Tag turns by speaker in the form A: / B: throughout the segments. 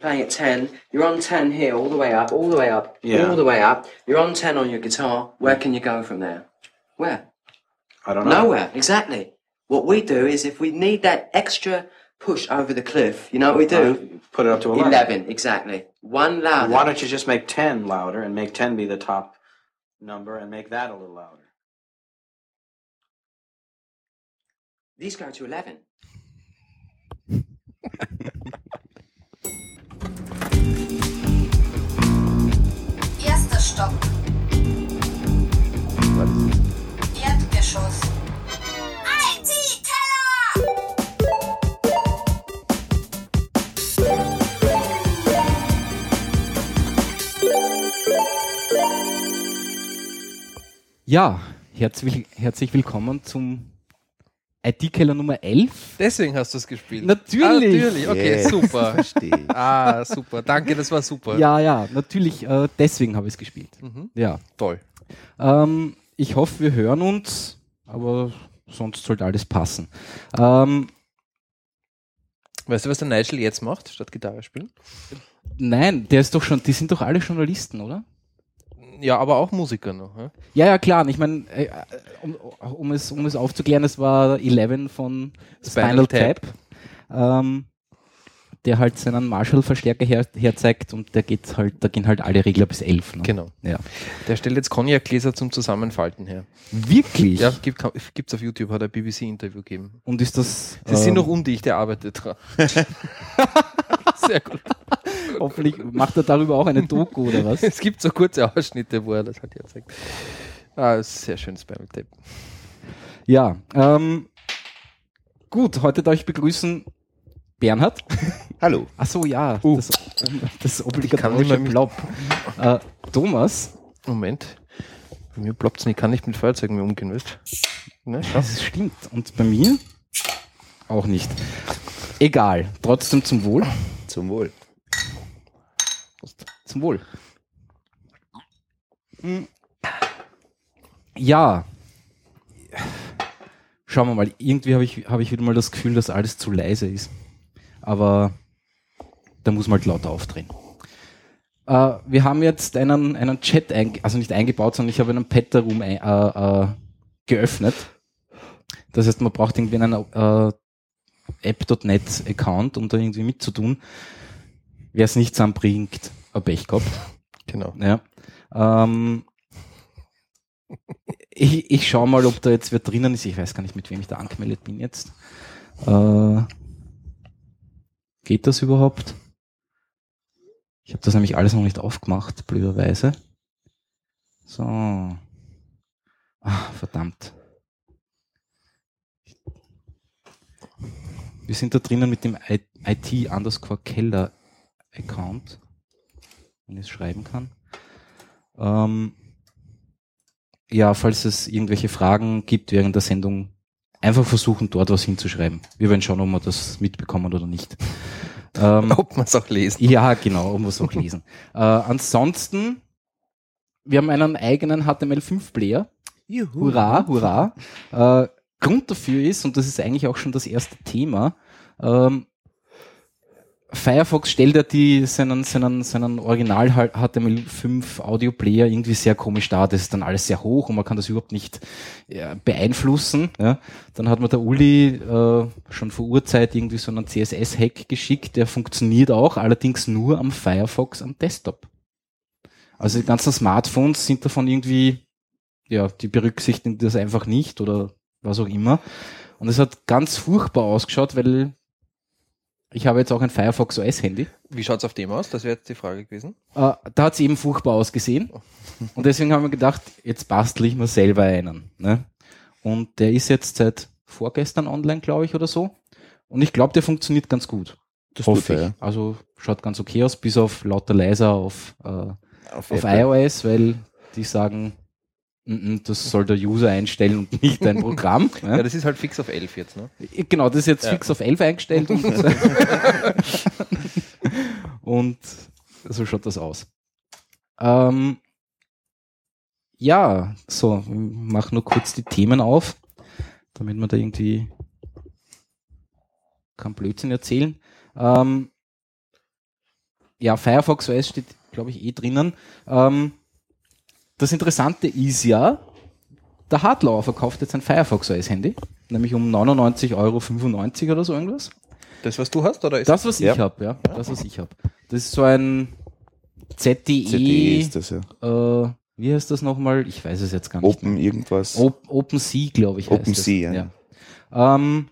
A: playing at 10, you're on 10 here, all the way up, all the way up,
B: Yeah.
A: all the way up, you're on 10 on your guitar, where can you go from there? Where?
B: I don't know.
A: Nowhere, exactly. What we do is if we need that extra push over the cliff, you know what we do?
B: Put it up to 11.
A: 11, exactly. One louder.
B: Why don't you just make 10 louder and make 10 be the top number and make that a little louder?
A: These go to 11.
C: Erster Stock. Erdgeschoss. IT-Keller!
D: Ja, herzlich, herzlich willkommen zum IT-Keller Nummer 11.
E: Deswegen hast du es gespielt.
D: Natürlich.
E: Ah, natürlich. Okay,
F: Yes,
E: super.
F: Verstehe.
E: Ah, super. Danke, das war super.
D: Ja, ja, natürlich, äh, deswegen habe ich es gespielt.
E: Mhm.
D: Ja.
E: Toll.
D: Ähm, ich hoffe, wir hören uns, aber sonst sollte alles passen. Ähm,
E: Weißt du, was der Nigel jetzt macht, statt Gitarre spielen?
D: nein, der ist doch schon, die sind doch alle Journalisten, oder?
E: Ja, aber auch Musiker noch. Ja?
D: Ja, ja, klar. Ich meine, äh, äh, um, um, es, um es aufzuklären, es war 11 von Spinal,
E: Spinal
D: Tap,
E: Tap.
D: ähm, der halt seinen Marshall-Verstärker her, herzeigt und der geht halt, da gehen halt alle Regler bis 11. Ne?
E: Genau.
D: Ja.
E: Der stellt jetzt Cognac-Gläser zum Zusammenfalten her.
D: Wirklich?
E: Ja, gibt es auf YouTube, hat ein BBC-Interview gegeben.
D: Und ist das. ähm,
E: Sie sind noch undicht, der arbeitet dran. Sehr gut.
D: hoffentlich macht er darüber auch eine Doku oder was?
E: Es gibt so kurze Ausschnitte, wo er das halt herzeigt. Ah, sehr schönes Spamel-Tape.
D: Ja. Ähm, gut, heute darf ich begrüßen Bernhard.
F: Hallo.
D: Achso, ja.
E: Uh.
D: Das, das
E: kann nicht
D: obligatorische
E: mehr mit-
D: Blob. Äh, Thomas.
E: Moment. Bei mir ploppt es nicht, kann nicht mit Feuerzeugen mehr umgehen, weißt du? Ne, schau.
D: Das stimmt. Und bei mir auch nicht. Egal. Trotzdem zum Wohl.
F: Zum Wohl.
D: Zum Wohl. Ja. Schauen wir mal. Irgendwie habe ich, habe ich wieder mal das Gefühl, dass alles zu leise ist. Aber da muss man halt lauter aufdrehen. Äh, wir haben jetzt einen, einen Chat, einge- also nicht eingebaut, sondern ich habe einen Pet-Room ein, äh, äh, geöffnet. Das heißt, man braucht irgendwie einen äh, app.net-Account, um da irgendwie mitzutun. Wer es nicht zusammenbringt, ein Pech gehabt.
E: Genau.
D: Ja. Ähm, ich ich schaue mal, ob da jetzt wer drinnen ist. Ich weiß gar nicht, mit wem ich da angemeldet bin jetzt. Äh, geht das überhaupt? Ich habe das nämlich alles noch nicht aufgemacht, blöderweise. So. Ah, verdammt. Wir sind da drinnen mit dem IT underscore Keller Account wenn ich es schreiben kann. Ähm, ja, falls es irgendwelche Fragen gibt während der Sendung, einfach versuchen, dort was hinzuschreiben. Wir werden schauen, ob wir das mitbekommen oder nicht. Ähm,
E: Ob man es auch lesen.
D: ja, genau, um was auch lesen. äh, ansonsten, wir haben einen eigenen HTML5-Player.
F: Juhu.
D: Hurra, hurra. Äh, Grund dafür ist, und das ist eigentlich auch schon das erste Thema, ähm, Firefox stellt ja die, seinen, seinen, seinen Original HTML5 Audio Player irgendwie sehr komisch dar. Das ist dann alles sehr hoch und man kann das überhaupt nicht ja, beeinflussen. Ja. Dann hat mir der Uli äh, schon vor Urzeit irgendwie so einen CSS-Hack geschickt, der funktioniert auch, allerdings nur am Firefox am Desktop. Also die ganzen Smartphones sind davon irgendwie ja, die berücksichtigen das einfach nicht oder was auch immer. Und es hat ganz furchtbar ausgeschaut, weil ich habe jetzt auch ein Firefox OS Handy.
E: Wie schaut es auf dem aus? Das wäre jetzt die Frage gewesen.
D: Äh, da hat es eben furchtbar ausgesehen. Und deswegen haben wir gedacht, jetzt bastle ich mir selber einen. Ne? Und der ist jetzt seit vorgestern online, glaube ich, oder so. Und ich glaube, der funktioniert ganz gut.
F: Das
D: Hoffe
F: Hoffe
D: ich. Also schaut ganz okay aus, bis auf lauter leiser auf äh,
F: ich. Auf,
D: auf
F: Apple.
D: iOS, weil die sagen, "Mm, mm, das soll der User einstellen und nicht ein Programm. ne?
E: Ja,
D: ja.
E: das ist halt fix auf 11 jetzt. Ne?
D: Genau, das ist jetzt
E: Ja.
D: fix auf 11 eingestellt und, und so schaut das aus. Ähm, ja, so, ich mach nur kurz die Themen auf, damit man da irgendwie kein Blödsinn erzählen. Ähm, ja, Firefox OS steht, glaube ich, eh drinnen. Ähm, das Interessante ist ja, der Hartlauer verkauft jetzt ein Firefox OS Handy, nämlich um 99,95 Euro oder so irgendwas.
G: Das, was du hast, oder ist
D: Das, was
F: Ja.
D: ich habe, ja. Das, was ich habe. Das ist so ein ZDE,
F: CDE E ist das ja.
D: äh, wie heißt das nochmal? Ich weiß es jetzt gar nicht.
F: Open irgendwas.
D: Op OpenSea, glaube ich. heißt
F: OpenSea,
D: das.
F: E, ja.
D: ja. Ähm,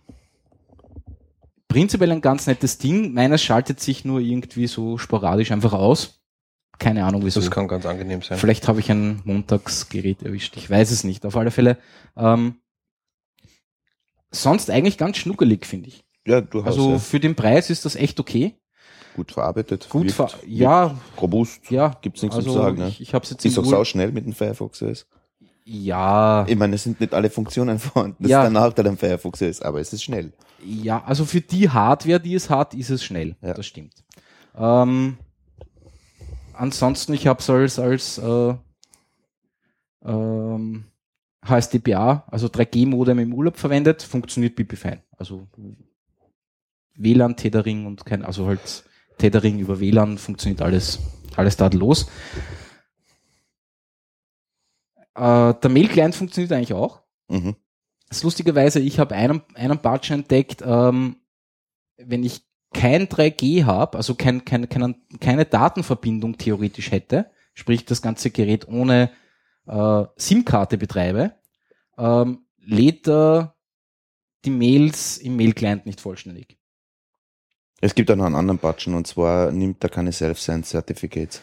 D: prinzipiell ein ganz nettes Ding. Meines schaltet sich nur irgendwie so sporadisch einfach aus. Keine Ahnung, wieso.
G: Das kann ganz angenehm sein.
D: Vielleicht habe ich ein Montagsgerät erwischt. Ich weiß es nicht. Auf alle Fälle. Ähm, sonst eigentlich ganz schnuckelig, finde ich.
F: Ja, du hast
D: Also
F: ja
D: für den Preis ist das echt okay.
F: gut verarbeitet.
D: Gut,
F: wirkt-
D: ver ja,
F: wirkt Robust.
D: ja.
F: Gibt's nichts
D: also
F: zu sagen. Ne?
D: Ich, ich habe jetzt
F: Ist
D: im
F: auch
D: Ur-
F: sauschnell mit dem Firefox OS.
D: Ja,
F: Ich meine, es sind nicht alle Funktionen vorhanden. Das
D: Ja.
F: ist der Nachteil am Firefox OS, aber es ist schnell.
D: Ja, also für die Hardware, die es hat, ist es schnell.
F: Ja.
D: Das stimmt. Ähm, ansonsten, ich habe es als, als äh, ähm, HSDPA, also 3G-Modem im Urlaub verwendet, funktioniert pipi-fein. Also WLAN-Tethering und kein, also halt Tethering über WLAN funktioniert alles, alles tadellos. Äh, der Mail-Client funktioniert eigentlich auch.
F: Mhm.
D: Das ist lustigerweise, ich habe einen, einen Patch entdeckt, ähm, wenn ich kein 3G habe, also kein, kein, keinen- keine Datenverbindung theoretisch hätte, sprich das ganze Gerät ohne äh, SIM-Karte betreibe, ähm, lädt er die Mails im Mail-Client nicht vollständig.
F: Es gibt auch noch einen anderen Button und zwar nimmt er keine Self-Send-Certificates.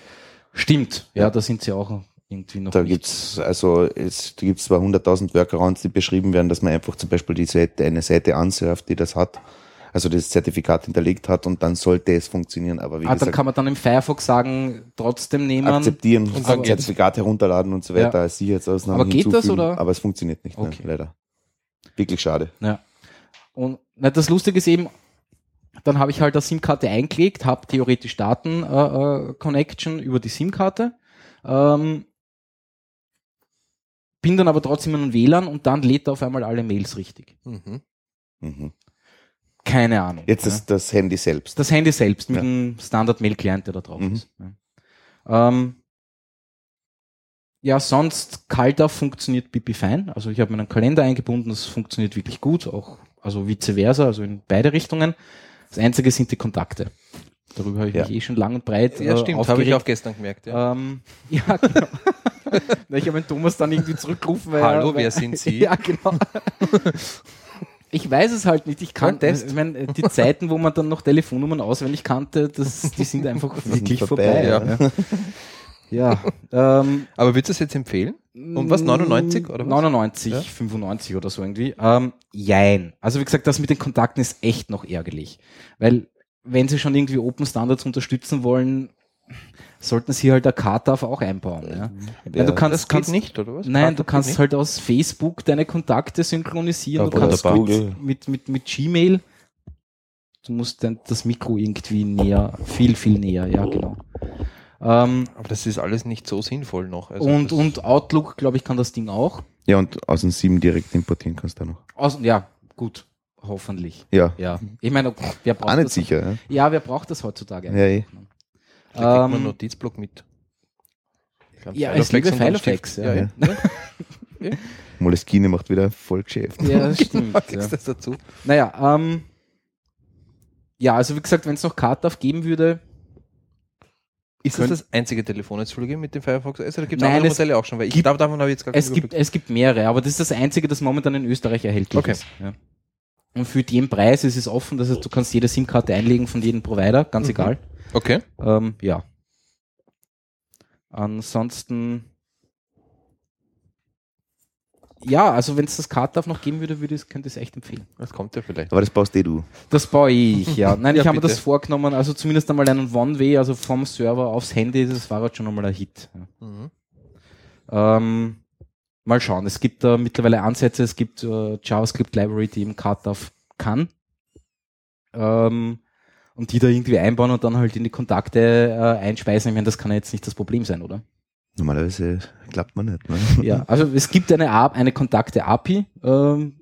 D: Stimmt, ja, da sind sie auch irgendwie noch
F: Da
D: nicht.
F: gibt's also es gibt zwar 100.000 Workarounds, die beschrieben werden, dass man einfach zum Beispiel die Seite, eine Seite ansurft, die das hat, also das Zertifikat hinterlegt hat und dann sollte es funktionieren. Aber wie
D: ah, dann
F: gesagt,
D: kann man dann im Firefox sagen, trotzdem nehmen.
F: akzeptieren,
G: Und dann
F: das
G: geht's.
F: Zertifikat herunterladen und so
D: Ja.
F: weiter. Sie jetzt Ausnahmen
D: Aber geht das,
F: hinzufügen,
D: oder?
F: Aber es funktioniert nicht,
D: Okay.
F: nein, leider. Wirklich schade.
D: Ja. Und na, das Lustige ist eben, dann habe ich halt eine SIM-Karte eingelegt, habe theoretisch Daten-Connection äh, Connection über die SIM-Karte, ähm, bin dann aber trotzdem in einem WLAN und dann lädt er auf einmal alle Mails richtig.
G: Mhm.
F: Mhm.
D: Keine Ahnung.
F: Jetzt
D: ja.
F: ist das Handy selbst.
D: Das Handy selbst mit
F: Ja.
D: dem Standard-Mail-Client, der da drauf
F: Mhm.
D: ist. Ja. Ähm, ja, sonst Calder funktioniert pipi fein. Also ich habe meinen Kalender eingebunden, das funktioniert wirklich gut, auch also vice versa, also in beide Richtungen. Das Einzige sind die Kontakte. Darüber habe ich
F: Ja.
D: mich eh schon lang und breit
G: Ja,
D: äh,
G: stimmt, habe ich
D: aufgeregt.
G: auch gestern gemeint. Ja.
D: Ähm, ja, genau. Na, ich habe den Thomas dann irgendwie zurückgerufen. Weil
G: Hallo,
D: weil,
G: wer sind Sie?
D: Ja, genau. Ich weiß es halt nicht. Ich kann
G: Contest.
D: Ich meine, die Zeiten, wo man dann noch Telefonnummern auswendig kannte, das, die sind einfach wirklich vorbei.
G: ja.
D: Ja. ja. Ähm,
G: Aber würdest du es jetzt empfehlen? Und
D: Mm,
G: was, 99 oder was?
D: 99,
G: Ja.
D: 95 oder so irgendwie. Ähm, jein. Also wie gesagt, das mit den Kontakten ist echt noch ärgerlich. Weil wenn sie schon irgendwie Open Standards unterstützen wollen, sollten sie halt der KTAF auch einbauen. Ja? Weil
F: Ja.
D: du kannst,
G: Das geht
D: kannst
G: nicht, oder Äh, was?
D: Nein,
G: Klar,
D: du
G: das geht
D: kannst
G: nicht.
D: halt aus Facebook deine Kontakte synchronisieren. Du
F: Oder
D: kannst
F: aus Google.
D: mit, mit, mit Gmail. Du musst dann das Mikro irgendwie näher, viel, viel näher, ja, genau. Ähm,
G: Aber das ist alles nicht so sinnvoll noch. Also
D: und,
G: das-
D: und Outlook, glaube ich, kann das Ding auch.
F: Ja, und aus dem 7 direkt importieren kannst du auch noch.
D: Aus, ja, gut, hoffentlich.
F: Ja.
D: Ja, ich meine, wer braucht
F: Auch nicht
D: das?
F: sicher. Ja?
D: Ja, wer braucht das heutzutage?
F: Ja, eh.
G: Da kriegt man einen
D: Ähm,
G: Notizblock mit.
D: ja,
G: Filofax
D: ich liebe
G: und dann
D: Filofax.
G: Stift.
D: Ja,
G: ja. ne?
D: ja.
F: Moleskine macht wieder voll Geschäft.
D: das
G: Genau,
D: stimmt.
G: Was
D: ja.
G: ist das dazu?
D: Naja, ähm, ja, also wie gesagt, wenn es noch Kartaf geben würde,
G: Ist das
D: Könnt-
G: das einzige Telefon jetzt vorgegeben mit dem Firefox OS oder gibt es
D: Nein,
G: andere
D: es
G: Modelle auch schon? Weil ich
D: gibt-
G: darf, davon habe ich jetzt gar keinen
D: Es gibt, es gibt mehrere, aber das ist das einzige, das momentan in Österreich erhältlich
G: Okay.
D: ist. Ja. Und für den Preis ist es offen, das heißt, du kannst jede SIM-Karte einlegen von jedem Provider, ganz
G: Mhm.
D: egal.
G: Okay.
D: Ähm, ja. Ansonsten. Ja, also wenn es das Kartaf noch geben würde, würde ich, könnte ich es echt empfehlen.
G: Das kommt ja vielleicht.
F: Aber das baust eh du.
D: Das baue ich, ja. Nein,
G: Ja,
D: ich habe mir
G: bitte.
D: das vorgenommen, also zumindest einmal einen One-Way, also vom Server aufs Handy, das war halt schon einmal ein Hit. Ja.
G: Mhm.
D: Ähm, mal schauen, es gibt da mittlerweile Ansätze, es gibt äh, JavaScript Library, die im Cutoff kann. Ähm, und die da irgendwie einbauen und dann halt in die Kontakte äh, einspeisen. Ich meine, das kann ja jetzt nicht das Problem sein, oder?
F: Normalerweise klappt man nicht. Ne?
D: Ja, also es gibt eine, A- eine Kontakte-API ähm,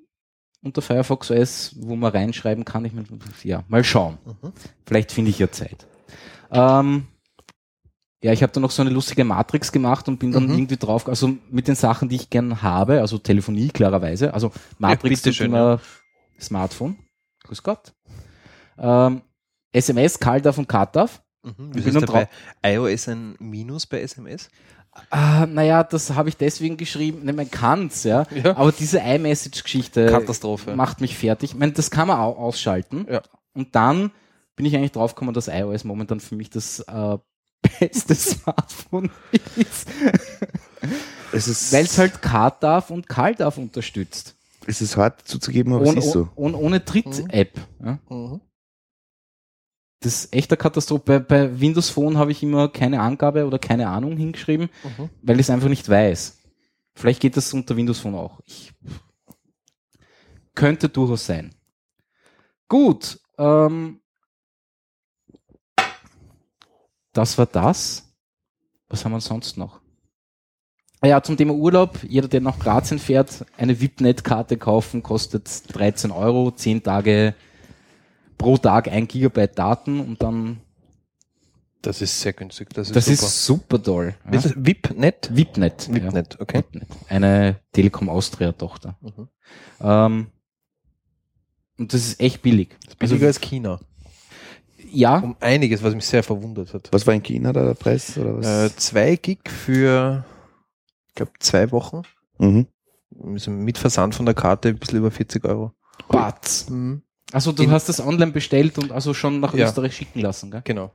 D: unter Firefox OS, wo man reinschreiben kann. Ich meine, ja, mal schauen.
G: Mhm.
D: Vielleicht finde ich ja Zeit. Ähm, Ja, ich habe da noch so eine lustige Matrix gemacht und bin dann
G: Mhm.
D: irgendwie drauf, also mit den Sachen, die ich gern habe, also Telefonie klarerweise, also Matrix tut
G: bitteschön,
D: immer Smartphone, grüß Gott, ähm, SMS, Kaldav und Kataf.
G: Mhm.
D: bin
G: Wieso ist
D: nur
G: da bei iOS ein Minus bei SMS?
D: Ah, naja, das habe ich deswegen geschrieben, ne, man kann's, ja,
G: Ja.
D: aber diese iMessage-Geschichte
G: Katastrophe.
D: macht mich fertig. Ich meine, das kann man auch ausschalten
G: Ja.
D: und dann bin ich eigentlich draufgekommen, dass iOS momentan für mich das äh, beste Smartphone ist.
F: Es ist,
D: Weil es halt Card darf und Call darf unterstützt.
F: es ist hart zuzugeben, aber
D: Ohne,
F: es ist so.
D: ohne, ohne Dritt-App. Ja?
G: Mhm.
D: Das ist echt eine Katastrophe. Bei, bei Windows Phone habe ich immer keine Angabe oder keine Ahnung hingeschrieben,
G: Mhm.
D: weil ich es einfach nicht weiß. Vielleicht geht das unter Windows Phone auch. Ich könnte durchaus sein. Gut. Ähm, das war das. Was haben wir sonst noch? Ah Ja, zum Thema Urlaub. Jeder, der nach Grazien fährt, eine VIPnet-Karte kaufen, kostet 13 Euro, 10 Tage pro Tag 1 Gigabyte Daten und dann.
G: Das ist sehr günstig. Das ist
D: Das
G: super.
D: ist super toll. Ja?
G: Ist es VIP-Net?
D: VIPnet. ja.
G: VIP-Net, okay.
D: Eine Telekom Austria-Tochter.
G: Mhm.
D: Ähm, und das Ah. ist echt billig. Also,
G: Billiger als China.
D: ja,
G: Um einiges, was mich sehr verwundert hat.
F: Was war in China da der Preis? Oder
G: Äh,
F: was?
G: zwei Gig für, ich glaube, zwei Wochen.
F: mhm.
G: Also mit Versand von der Karte ein bisschen über 40 Euro.
D: Batz. Also du
G: In-
D: hast das online bestellt und also schon nach
G: Ja.
D: Österreich schicken lassen, gell?
G: Genau.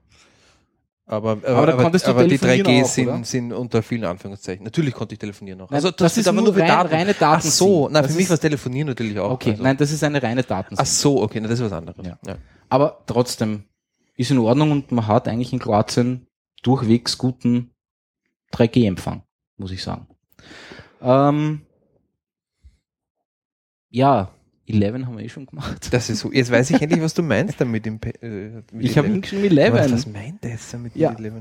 G: Aber, äh, aber,
D: da konntest du
G: aber die
D: telefonieren
G: 3G
D: auch, oder?
G: sind, sind unter vielen Anführungszeichen. Natürlich konnte ich telefonieren Also, noch.
D: Nein, das
G: steht
D: ist nur
G: für
D: rein- reine Daten-
G: Ach so, nein,
D: Das
G: für mich
D: ist-
G: war das Telefonieren natürlich auch.
D: Okay,
G: also.
D: nein, das ist eine reine Daten.
G: Ach so, okay, na, das ist was anderes.
D: Ja. Aber trotzdem ist in Ordnung und man hat eigentlich in Kroatien durchwegs guten 3G-Empfang, muss ich sagen. Ähm, ja, 11 haben wir eh schon gemacht.
G: Das ist so. Jetzt weiß ich endlich, was du meinst damit. Im, Pe- äh, mit
D: ich habe
G: 11.
D: hingeschrieben
G: Was, was
D: 11.
G: meint er jetzt damit?
D: Ja.
G: mit 11?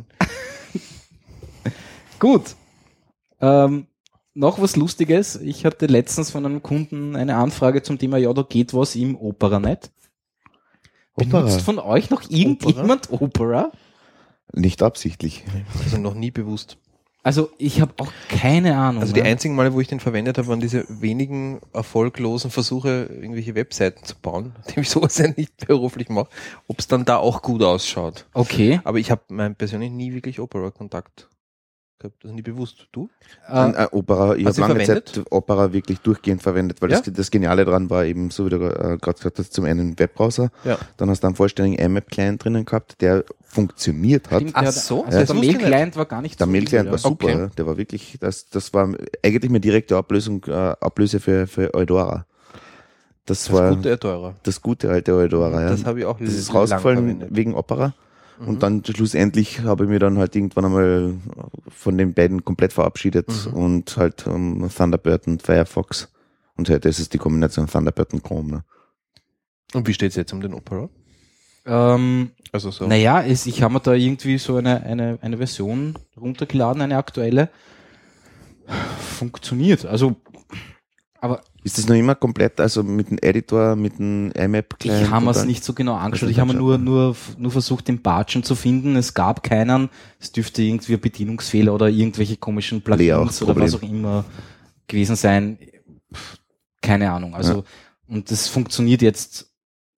D: Gut. Ähm, noch was Lustiges. Ich hatte letztens von einem Kunden eine Anfrage zum Thema, ja, da geht was im Operanet.
F: Opera.
D: Benutzt von euch noch irgendjemand Opera?
F: Nicht absichtlich.
G: Also noch nie bewusst.
D: Also ich habe auch keine Ahnung.
G: Also die
F: Mhm.
D: ne?
G: einzigen Male, wo ich den verwendet habe, waren diese wenigen erfolglosen Versuche, irgendwelche Webseiten zu bauen, die ich sowas ja nicht beruflich mache, ob es dann da auch gut ausschaut.
D: okay. Äh,
G: Aber ich habe mein persönlich nie wirklich Opera-Kontakt gehabt. Also nie bewusst. Du?
D: Äh,
F: Nein, äh, Opera, ich
G: Hast
F: habe
G: du
F: lange
G: Ah. verwendet?
F: Zeit Opera wirklich durchgehend verwendet, weil
G: Ja?
F: das, das Geniale daran war eben, so wie du äh, gerade gesagt hast, zum einen Webbrowser,
G: Ja.
F: dann hast du einen vollständigen IMAP-Client drinnen gehabt, der funktioniert hat.
D: Stimmt,
G: Ach
D: der-
G: so,
D: also
G: das
D: der
G: wusste ich
D: Mail-Client war gar nicht
F: Der
D: so
F: Mail-Client
D: übel,
F: war
D: ja.
F: super, ja. der war wirklich, das, das war eigentlich eine direkte Ablösung, äh, Ablöse für, für Eudora. Das,
G: Das
F: war
G: gute Teurer.
F: das gute alte Eudora, ja.
G: Das habe ich auch
D: Hm,
F: Das ist
G: lang
F: rausgefallen
G: verwendet.
F: wegen Opera.
D: Mhm.
F: Und dann schlussendlich habe ich mir dann halt irgendwann einmal von den beiden komplett verabschiedet
D: Mhm.
F: und halt ähm, Thunderbird und Firefox. Und heute ist es die Kombination Thunderbird und Chrome. Ne?
G: Und wie steht es jetzt um den Opera?
D: Ähm,
G: Also so.
D: Naja, es, ich habe mir da irgendwie so eine, eine, eine Version runtergeladen, eine aktuelle. Funktioniert. Also, aber
F: Ist das noch immer komplett, also mit dem Editor, mit dem imap
D: ich habe mir es nicht so genau angeschaut.
F: Das
D: Ich habe mir
F: ist
D: nur, nur, nur versucht, den Batschen zu finden. Es gab keinen. Es dürfte irgendwie ein Bedienungsfehler oder irgendwelche komischen Plugins oder
F: Layout-Problem.
D: was auch immer gewesen sein. Pff, Keine Ahnung. Also, und das funktioniert jetzt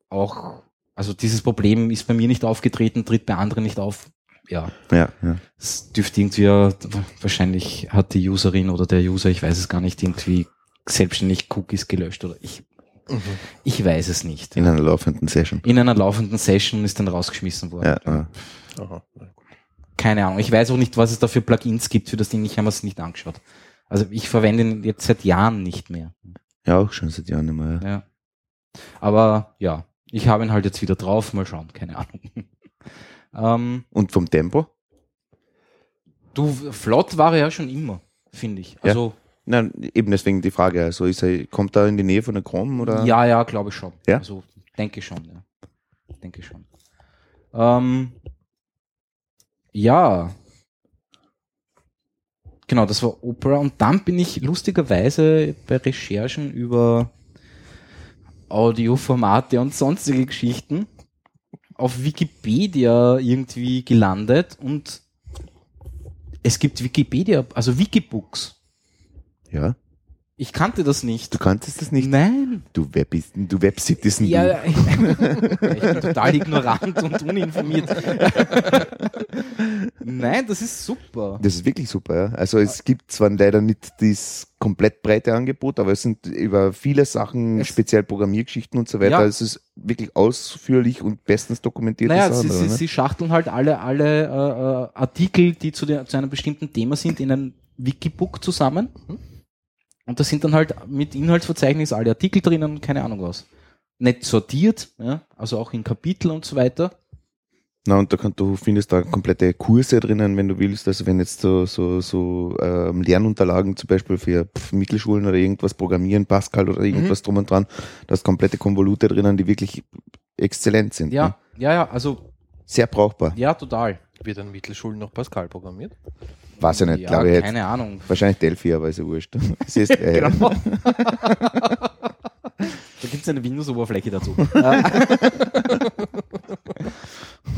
D: auch. Also, dieses Problem ist bei mir nicht aufgetreten, tritt bei anderen nicht auf. Ja.
F: Ja, ja.
D: Es dürfte irgendwie, ja- wahrscheinlich hat die Userin oder der User, ich weiß es gar nicht, irgendwie selbstständig Cookies gelöscht oder ich, ich weiß es nicht.
F: Mhm. In einer laufenden Session.
D: In einer laufenden Session ist dann rausgeschmissen worden.
F: Ja, ja.
G: Aha.
D: Keine Ahnung. Ich weiß auch nicht, was es da für Plugins gibt für das Ding. Ich habe es nicht angeschaut. Also ich verwende ihn jetzt seit Jahren nicht mehr.
F: ja, auch schon seit Jahren immer. Ja.
D: Ja. Aber ja, ich habe ihn halt jetzt wieder drauf. Mal schauen. Keine Ahnung. ähm,
F: Und vom Tempo?
D: du, flott war er ja schon immer, finde ich.
F: Ja.
D: Also,
F: Nein, eben deswegen die Frage. Also ist er, kommt er in die Nähe von der Chrome oder?
D: Ja, ja, glaube ich schon.
F: Ja?
D: Also denke schon, ja. Denke schon. Ähm, ja. Genau, das war Opera. Und dann bin ich lustigerweise bei Recherchen über Audioformate und sonstige Geschichten auf Wikipedia irgendwie gelandet und es gibt Wikipedia, also Wikibooks.
F: Ja,
D: Ich kannte das nicht.
F: du kanntest das nicht.
D: Nein.
F: Du Webis, du Websitzen.
D: Ja, ich bin total ignorant und uninformiert. Nein, das ist super.
F: Das ist wirklich super, ja. Also es gibt zwar leider nicht dieses komplett breite Angebot, aber es sind über viele Sachen,
D: Es-
F: speziell Programmiergeschichten und so weiter,
D: Ja.
F: es ist wirklich ausführlich und bestens dokumentiert.
D: Naja,
F: das
D: sie,
F: andere,
D: sie,
F: ne?
D: sie schachteln halt alle, alle äh, äh, Artikel, die zu, der, zu einem bestimmten Thema sind, in ein Wikibook zusammen.
F: Mhm.
D: Und da sind dann halt mit Inhaltsverzeichnis alle Artikel drinnen und keine Ahnung was. Nicht sortiert, ja? also auch in Kapitel und so weiter.
F: Na, und da kann, du findest da komplette Kurse drinnen, wenn du willst. Also wenn jetzt so, so, so ähm, Lernunterlagen zum Beispiel für pf, Mittelschulen oder irgendwas programmieren, Pascal oder
D: Mhm.
F: irgendwas drum und dran, da hast komplette Konvolute drinnen, die wirklich exzellent sind. Ne?
D: Ja, ja, ja, also
F: Sehr brauchbar.
D: ja, total.
G: Wird an Mittelschulen noch Pascal programmiert?
F: Weiß ich nicht, glaube ich jetzt.
D: Keine Ahnung.
F: Wahrscheinlich Delphi, aber ist ja wurscht. Es ist, äh,
D: Genau. da gibt es eine Windows-Oberfläche dazu. Äh,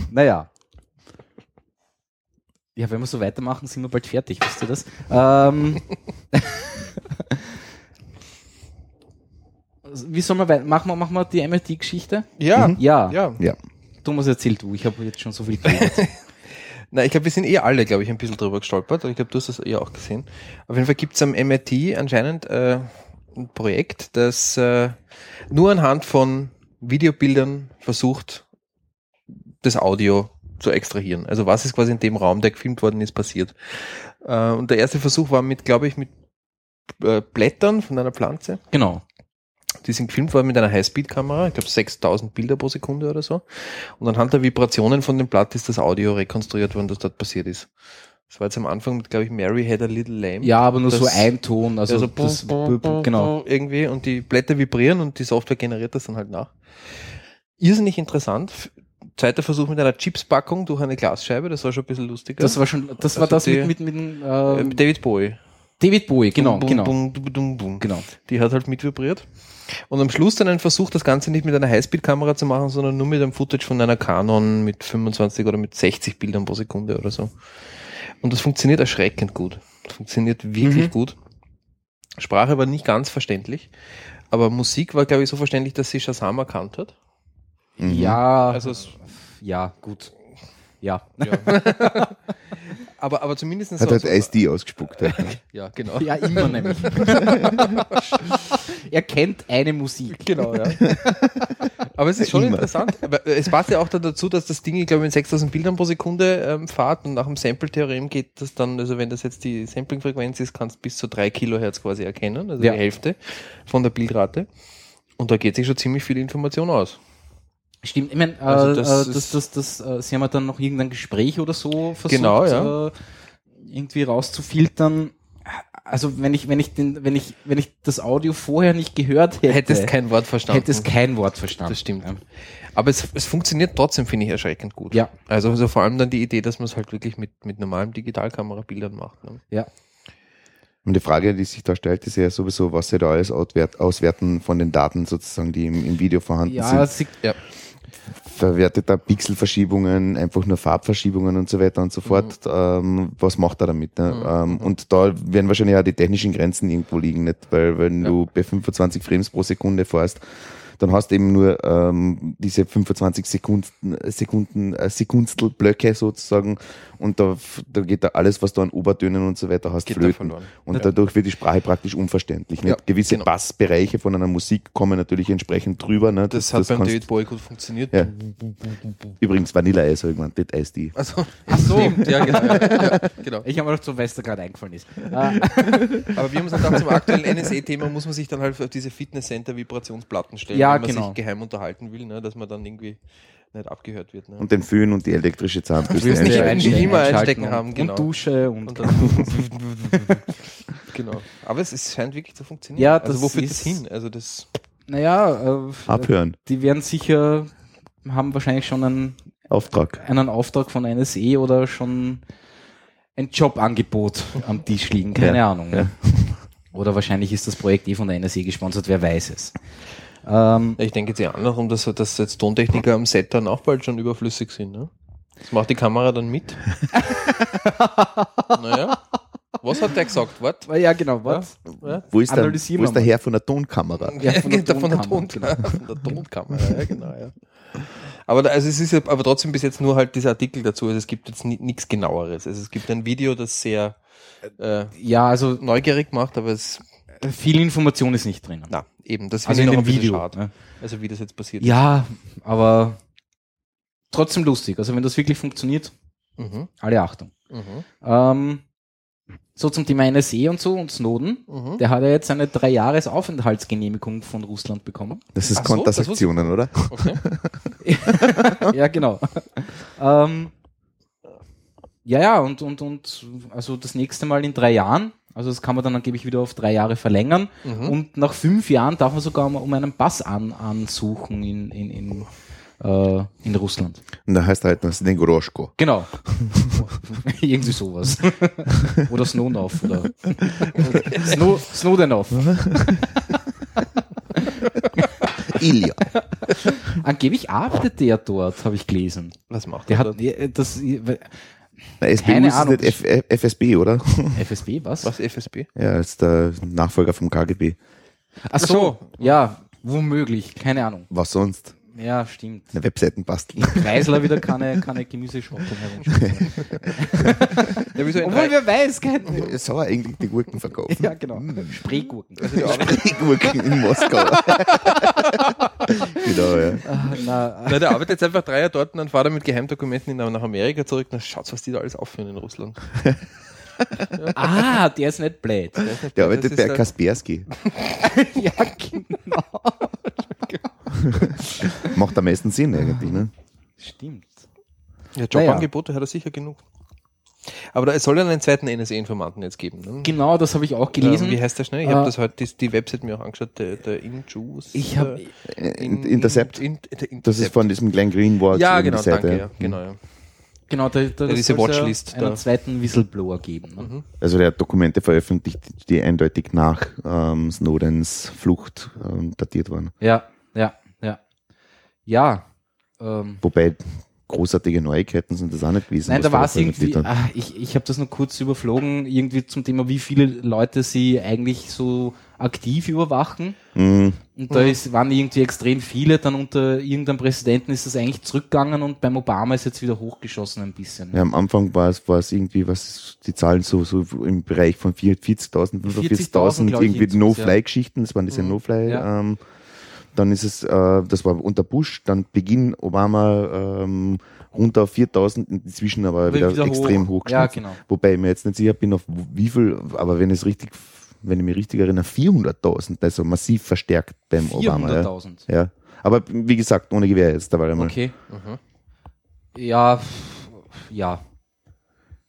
D: naja. Ja, wenn wir so weitermachen, sind wir bald fertig, wisst ihr das? Ähm, Wie soll man weiter? Machen wir, machen wir die MIT-Geschichte?
G: Ja,
D: Mhm. Ja.
G: ja.
F: Ja.
D: Thomas, erzähl du. Ich habe jetzt schon so viel geredet.
G: Na, ich glaube, wir sind eh alle, glaube ich, ein bisschen drüber gestolpert. Ich glaube, du hast das eh auch gesehen. Auf jeden Fall gibt's am MIT anscheinend äh, ein Projekt, das äh, nur anhand von Videobildern versucht, das Audio zu extrahieren. Also was ist quasi in dem Raum, der gefilmt worden ist, passiert. Äh, und der erste Versuch war mit, glaube ich, mit äh, Blättern von einer Pflanze.
D: genau.
G: Die sind gefilmt worden mit einer Highspeed-Kamera, ich glaube 6000 Bilder pro Sekunde oder so. Und anhand der Vibrationen von dem Blatt ist das Audio rekonstruiert worden, das dort passiert ist. Das war jetzt am Anfang mit, glaube ich, Mary had a little lamb.
D: Ja, aber nur so
G: Das-
D: ein Ton. Also,
G: also
D: das, genau.
G: irgendwie und die Blätter vibrieren und die Software generiert das dann halt nach. Irrsinnig interessant. F- Zweiter Versuch mit einer Chipspackung durch eine Glasscheibe, das war schon ein bisschen lustiger.
D: Das war schon, das war
G: Also
D: das mit,
G: die-
D: mit, mit, dem,
G: Äh,
D: ähm,
G: David Bowie.
D: David Bowie, genau,
G: Bum,
D: genau.
G: bum, bum, bum, bum.
D: Genau.
G: Die hat halt mitvibriert. Und am Schluss dann ein Versuch, das Ganze nicht mit einer Highspeed-Kamera zu machen, sondern nur mit einem Footage von einer Canon mit 25 oder mit 60 Bildern pro Sekunde oder so. Und das funktioniert erschreckend gut. Das funktioniert wirklich
F: Mhm.
G: gut. Sprache war nicht ganz verständlich, aber Musik war, glaube ich, so verständlich, dass sie Shazam erkannt hat.
F: mhm.
D: Ja,
G: Also es-
D: ja, gut. Ja.
G: Aber, aber zumindest
F: Hat
G: so-
F: halt
G: so-
F: ISD ausgespuckt. Halt. ne?
G: Ja, genau.
D: Ja, immer nämlich. er kennt eine Musik.
G: Genau, ja. Aber es ist schon
F: Immer.
G: interessant. Aber äh, es passt ja auch dann dazu, dass das Ding, ich glaube, mit 6000 Bildern pro Sekunde ähm, fahrt und nach dem Sample-Theorem geht das dann, also wenn das jetzt die Sampling-Frequenz ist, kannst du bis zu 3 Kilohertz quasi erkennen, also
D: Ja.
G: die Hälfte von der Bildrate. Und da geht sich schon ziemlich viel Information aus.
D: Stimmt, ich meine, äh,
G: Also das
D: äh, das,
G: ist-
D: das, das, äh, sie haben ja dann noch irgendein Gespräch oder so versucht,
G: Genau, ja.
D: äh, irgendwie rauszufiltern. Also wenn ich, wenn ich den, wenn ich, wenn ich das Audio vorher nicht gehört hätte,
G: Hättest kein Wort verstanden.
D: hättest kein Wort verstanden.
G: Das stimmt.
D: Ja.
G: Aber es, es funktioniert trotzdem, finde ich, erschreckend gut.
D: Ja.
G: Also, also vor allem dann die Idee, dass man es halt wirklich mit, mit normalen Digitalkamera-Bildern macht. Ne?
D: ja.
F: Und die Frage, die sich da stellt, ist ja sowieso, was sie da alles outwert- auswerten von den Daten sozusagen, die im, im Video vorhanden
D: Ja,
F: sind.
D: Also sie,
G: Ja.
F: Verwertet da Pixelverschiebungen, einfach nur Farbverschiebungen und so weiter und so
G: Mhm.
F: fort. Ähm, was macht er damit? Ne? Ähm, und da werden wahrscheinlich auch die technischen Grenzen irgendwo liegen, nicht? Weil wenn du bei 25 Frames pro Sekunde fährst, dann hast du eben nur ähm, diese 25 Sekunden, Sekunden, äh, Sekundstelblöcke sozusagen und da, f- da geht da alles, was du an Obertönen und so weiter hast,
G: Geht da
F: flöten.
G: verloren.
F: Und dadurch wird die Sprache praktisch unverständlich. Nicht?
G: Ja,
F: Gewisse
G: genau.
F: Bassbereiche von einer Musik kommen natürlich entsprechend drüber. Ne?
G: Das, hat beim
F: kannst-
G: David Bowie gut funktioniert.
F: Ja. Übrigens Vanilla Eis, habe ich gemeint, nicht Eis
G: Also,
D: Ach so.
G: stimmt, ja, genau. Ja, ja, genau.
D: ich habe mir gedacht, so, weil es da gerade eingefallen ist. Äh,
G: Aber wir haben uns gedacht, zum aktuellen NSA-Thema muss man sich dann halt auf diese Fitnesscenter-Vibrationsplatten stellen,
D: Ja,
G: wenn man
D: genau.
G: sich geheim unterhalten will, ne, dass man dann irgendwie nicht abgehört wird. Ne.
F: Und den Föhn und die elektrische Zahnbürste
G: Willst nicht
F: einschalten.
G: einstecken. Immer
D: Äh, einschalten
G: einstecken
D: und-
G: haben, genau.
D: Und Dusche und,
G: Und dann genau. Aber es, es scheint wirklich zu funktionieren.
D: Ja, das
G: also wo führt das
D: ist-
G: hin? Also das
D: naja, äh,
F: Abhören,
D: die werden sicher, haben wahrscheinlich schon einen,
F: Auftrag.
D: einen Auftrag von NSE oder schon ein Jobangebot am Tisch liegen, keine
F: Ja,
G: ne?
D: Ahnung. ne? Oder wahrscheinlich ist das Projekt eh von der NSE gesponsert, wer weiß es. Ähm,
G: Ja, ich denke jetzt eher andersrum, dass, dass jetzt Tontechniker am Set dann auch bald schon überflüssig sind. Ne? Das macht die Kamera dann mit. naja. Was hat der gesagt? Wort?
D: Ja, genau, was?
G: Ja?
F: Wo ist, der,
D: Analysieren
F: wo ist
D: wir
F: der
D: mal.
F: Herr von der Tonkamera?
D: Ja, von der genau.
G: Ja, von der
D: Tonkamera,
G: Tonkamera. Von der Tonkamera, ja, genau, ja. Aber, da, also es ist ja, aber trotzdem bis jetzt nur halt dieser Artikel dazu. Also es gibt jetzt nichts genaueres. Also es gibt ein Video, das sehr äh,
D: Ja, also
G: neugierig macht, aber es,
D: viel Information ist nicht drinnen.
G: na, eben, das
D: Also
G: finde
D: in dem
G: ich noch ein bisschen
D: Video.
G: schade.
D: ne?
G: Also wie das jetzt passiert
D: Ja, aber trotzdem lustig. Also wenn das wirklich funktioniert,
G: ist. Mhm,
D: alle Achtung.
G: mhm,
D: Ähm, so zum Thema NSE und so und Snowden.
G: mhm.
D: Der hat ja jetzt eine drei Jahres Aufenthaltsgenehmigung von Russland bekommen.
F: Das ist
G: Ach so, das wusste ich
F: Kontersaktionen, oder?
G: Okay.
D: ja, genau. ähm, ja, ja, und, und, und also das nächste Mal in drei Jahren. Also das kann man dann angeblich wieder auf drei Jahre verlängern.
G: Mhm.
D: Und nach fünf Jahren darf man sogar um- um einen Pass an, ansuchen in, in, in, äh, in Russland.
F: Und da heißt er halt das Negoroschko.
D: Genau. Irgendwie sowas. oder Snowdenov. Oder Snow, Snowdenov.
F: Ilja.
D: Angeblich arbeitet der dort, habe ich gelesen.
G: Was macht
D: Der
G: er
D: hat
G: dann?
D: ja, das äh,
F: Na, SBU
D: Keine
F: ist es
D: Ahnung.
F: nicht F F- FSB, oder?
D: FSB was?
G: Was FSB?
F: Ja, ist der Nachfolger vom KGB.
D: Ach so, ja, womöglich, keine Ahnung.
F: Was sonst?
D: Ja, stimmt.
F: Eine Webseiten basteln.
D: Kreisler wieder keine, keine Gemüseschrottung herumschmeißen.
G: Ja, wieso in
D: Obwohl,
G: drei,
D: wer weiß, kein.
F: Sauer eigentlich die Gurken verkaufen.
D: Ja, genau.
F: Hm.
D: Spreegurken. Also,
F: Die Gurken in Moskau. genau, ja.
D: Ah, na,
G: na, der arbeitet jetzt einfach drei Jahre dort und dann fährt er mit Geheimdokumenten in, nach Amerika zurück. Na, schaut's, was die da alles aufführen in Russland.
D: ah, der ist nicht blöd.
F: Der
G: Das
F: arbeitet
G: ist
F: bei
G: der-
F: Kaspersky.
D: Ja, genau.
F: Macht am meisten Sinn eigentlich, ne?
D: Stimmt.
G: Ja, Jobangebote hat er sicher genug. Aber da, es soll ja einen zweiten NSA-Informanten jetzt geben. Ne?
D: Genau, das habe ich auch gelesen.
G: Ähm, Wie heißt der schnell? Ich habe
D: Äh,
G: das heute die, die Website mir auch angeschaut, der, der Injuice.
D: Ich hab-
G: äh,
F: In, Intercept.
G: In, in, der Intercept.
F: das ist von diesem Glenn Greenwald.
G: ja,
F: eben die
G: genau,
F: Seite. Hm.
G: danke. Ja, genau, ja.
D: genau, da, da
G: Ja, diese
D: soll's ja
G: Watchlist
D: Einen
G: da. Mhm.
D: zweiten Whistleblower geben. Ne?
F: Also der hat Dokumente veröffentlicht, die eindeutig nach ähm, Snowdens Flucht ähm, datiert waren.
D: Ja, ja, ja. Ja. Ähm,
F: Wobei großartige Neuigkeiten sind das auch nicht gewesen.
D: Nein,
F: was
D: da war es
F: veröffentlicht
D: irgendwie,
F: wird.
D: ah, ich, ich habe das nur kurz überflogen, irgendwie zum Thema, wie viele Leute sie eigentlich so aktiv überwachen.
G: ah.
F: Mhm.
D: Und da ist, waren irgendwie extrem viele, dann unter irgendeinem Präsidenten ist das eigentlich zurückgegangen und beim Obama ist jetzt wieder hochgeschossen ein bisschen.
F: Ja, am Anfang war es, war es irgendwie, was die Zahlen so, so im Bereich von
D: 40.000,
F: 40.000, 45.000,
D: glaub ich,
F: irgendwie
D: jetzt was, ja. Mhm.
F: No-Fly-Geschichten, das waren diese No-Fly.
D: Ja.
F: Ähm, dann ist es, äh, das war unter Bush, dann Beginn Obama ähm, runter auf 4.000, inzwischen aber
D: Aber
F: wieder,
D: wieder hoch.
F: extrem hoch.
D: Ja,
F: geschnitzt.
D: genau.
F: Wobei ich mir jetzt nicht sicher bin, auf wie viel, aber wenn es richtig, wenn ich mich richtig erinnere, 400.000, also massiv verstärkt beim Obama. Ja.
D: 400.000.
F: ja. Aber wie gesagt, ohne Gewehr jetzt, da war einmal.
D: Okay. mhm. Ja, pff, ja.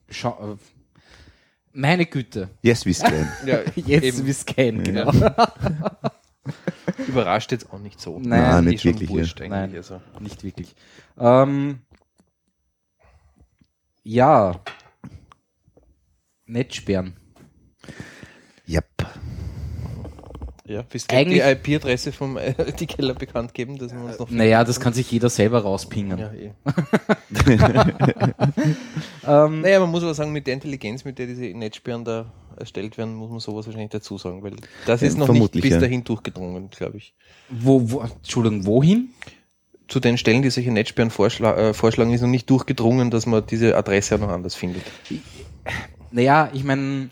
D: Scha äh, meine Güte.
F: Yes, we scan.
G: ja
D: Jetzt
G: eben.
D: wisst kein, genau.
G: Überrascht jetzt auch nicht so.
D: Nein,
G: Das ist eh
F: Ah, nicht
G: schon
F: wirklich,
G: Wurscht,
D: ja.
G: eigentlich,
D: Nein.
G: Also.
D: Nicht wirklich. Ähm, ja. Netzsperren.
F: yep.
G: Ja, willst du
D: Eigentlich-
G: die IP-Adresse vom äh, die Keller bekannt geben, dass wir uns noch.
D: Naja, das kann sich jeder selber rauspingen.
G: Ja, eh.
D: Ähm,
G: Hm. Naja, man muss aber sagen, mit der Intelligenz, mit der diese Netzsperren da erstellt werden, muss man sowas wahrscheinlich dazu sagen, weil das
F: Ja,
G: ist noch nicht
F: vermutlich,
G: bis
F: ja.
G: dahin durchgedrungen, glaube ich.
D: wo, wo, Entschuldigung, wohin?
G: zu den Stellen, die solche Netzsperren vorschla äh, vorschlagen, ist noch nicht durchgedrungen, dass man diese Adresse auch noch anders findet.
D: Naja, ich meine,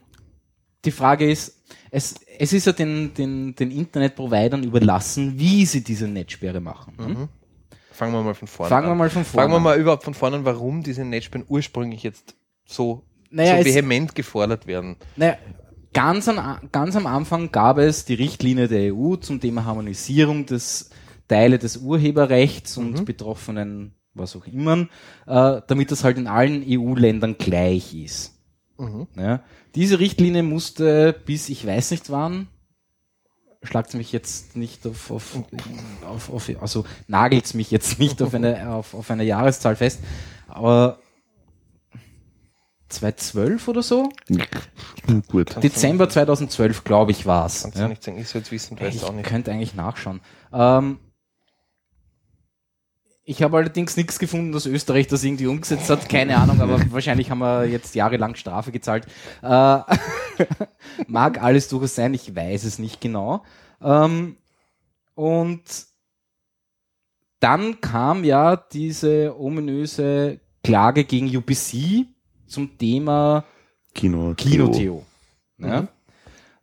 D: die Frage ist, es, es ist ja den, den, den Internetprovidern überlassen, wie sie diese Netzsperre machen. Hm?
G: Fangen wir mal von vorne
D: Fangen
G: an.
D: wir mal von vorne
G: Fangen wir
D: an.
G: mal überhaupt von vorne an, warum diese Netzsperren ursprünglich jetzt so,
D: Naja,
G: so
D: es-
G: vehement gefordert werden.
D: Naja, ganz am, ganz am Anfang gab es die Richtlinie der EU zum Thema Harmonisierung des Teile des Urheberrechts und betroffenen, was auch immer, äh, damit das halt in allen EU-Ländern gleich ist. Ja, diese Richtlinie musste bis, ich weiß nicht wann, schlagt's mich jetzt nicht auf, auf, auf, auf also nagelt's mich jetzt nicht auf eine, auf, auf eine Jahreszahl fest, aber 2012 oder so?
F: Gut.
D: Dezember 2012, glaube ich, war es.
G: Kannst du nicht sagen, ich soll es wissen, weiß
D: Ich
G: auch nicht.
D: könnte eigentlich nachschauen. Ähm, Ich habe allerdings nichts gefunden, dass Österreich das irgendwie umgesetzt hat. Keine Ahnung, aber wahrscheinlich haben wir jetzt jahrelang Strafe gezahlt. Äh, mag alles durchaus sein, ich weiß es nicht genau. Ähm, und dann kam ja diese ominöse Klage gegen UBC zum Thema
F: Kino.
D: Kinoteo.
G: Mhm.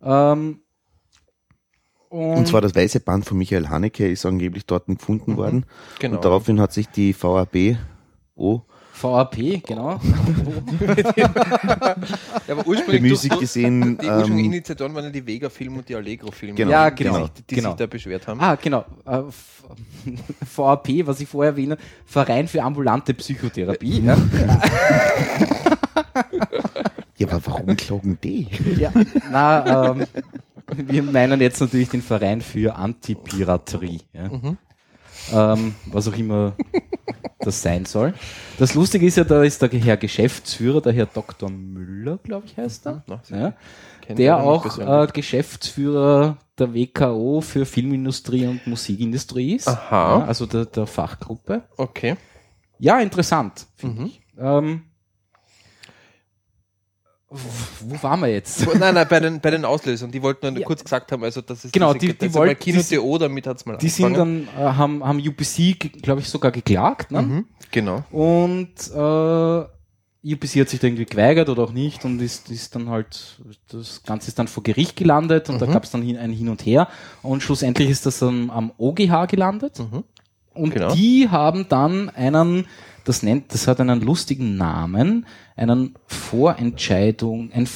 D: Ja? Ähm,
F: Und zwar das weiße Band von Michael Haneke ist angeblich dort gefunden worden.
G: Genau.
F: Und daraufhin hat sich die VAB O
D: VAP, genau.
G: ja, aber
F: die
G: ursprünglich
F: Musik gesehen.
G: Die ursprünglichen
F: Ähm,
G: Initiatoren waren ja die Vega-Film und die Allegro-Film,
F: Genau.
D: Ja,
G: die,
D: genau,
G: sich, die
D: genau.
G: sich da beschwert haben.
D: Ah, genau. Äh, V- VAP, was ich vorher erwähne, Verein für ambulante Psychotherapie. ja.
F: ja, aber warum klagen die?
D: ja. Na, ähm, wir meinen jetzt natürlich den Verein für Antipiraterie. Ja.
G: Mhm.
D: Ähm, was auch immer das sein soll. Das Lustige ist ja, da ist der Herr Geschäftsführer, der Herr Dr. Müller, glaube ich, heißt er.
G: Mhm. Na,
D: Ja.
G: kennt
D: Der
G: man nicht
D: auch
G: persönlich.
D: äh, Geschäftsführer der WKO für Filmindustrie und Musikindustrie ist.
G: Aha.
D: Ja, also der, der Fachgruppe.
G: okay.
D: Ja, interessant, finde
G: Mhm.
D: ich. Ähm, w- wo waren wir jetzt?
G: Nein, nein, bei den, bei den Auslösern, die wollten nur
D: Ja.
G: kurz gesagt haben, also das ist
D: Genau,
G: diese,
D: die- die
G: das ist einmal
D: wollten-
G: Kino
D: die-
G: TO, damit hat's mal
D: Die sind
G: angefangen.
D: dann, äh, haben, haben UPC, glaube ich, sogar geklagt. Ne?
G: Mhm, genau.
D: Und äh, UPC hat sich da irgendwie geweigert oder auch nicht und ist, ist dann halt, das Ganze ist dann vor Gericht gelandet und da
G: Mhm.
D: gab es dann hin, ein Hin und Her und schlussendlich ist das am, am OGH gelandet
G: Mhm.
D: und
G: Genau.
D: die haben dann einen, das nennt, das hat einen lustigen Namen, einen Vorentscheidung, ein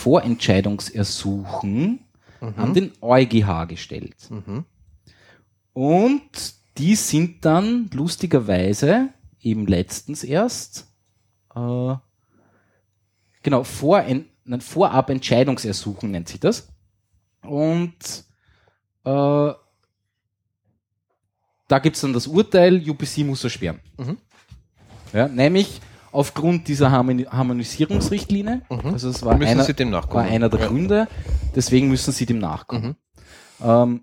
D: Vorentscheidungsersuchen an den EuGH gestellt.
G: Mhm.
D: Und die sind dann lustigerweise eben letztens erst äh, genau vor ein, nein, vorab Entscheidungsersuchen nennt sich das. Und äh, da gibt es dann das Urteil, UPC muss ersperren.
G: Mhm.
D: Ja, nämlich aufgrund dieser Harmoni Harmonisierungsrichtlinie. Also es war
G: Mhm. Müssen
D: einer,
G: Sie dem
D: war
G: nachkommen.
D: einer der
G: Ja. Mhm.
D: Gründe, deswegen müssen sie dem nachkommen. Ähm,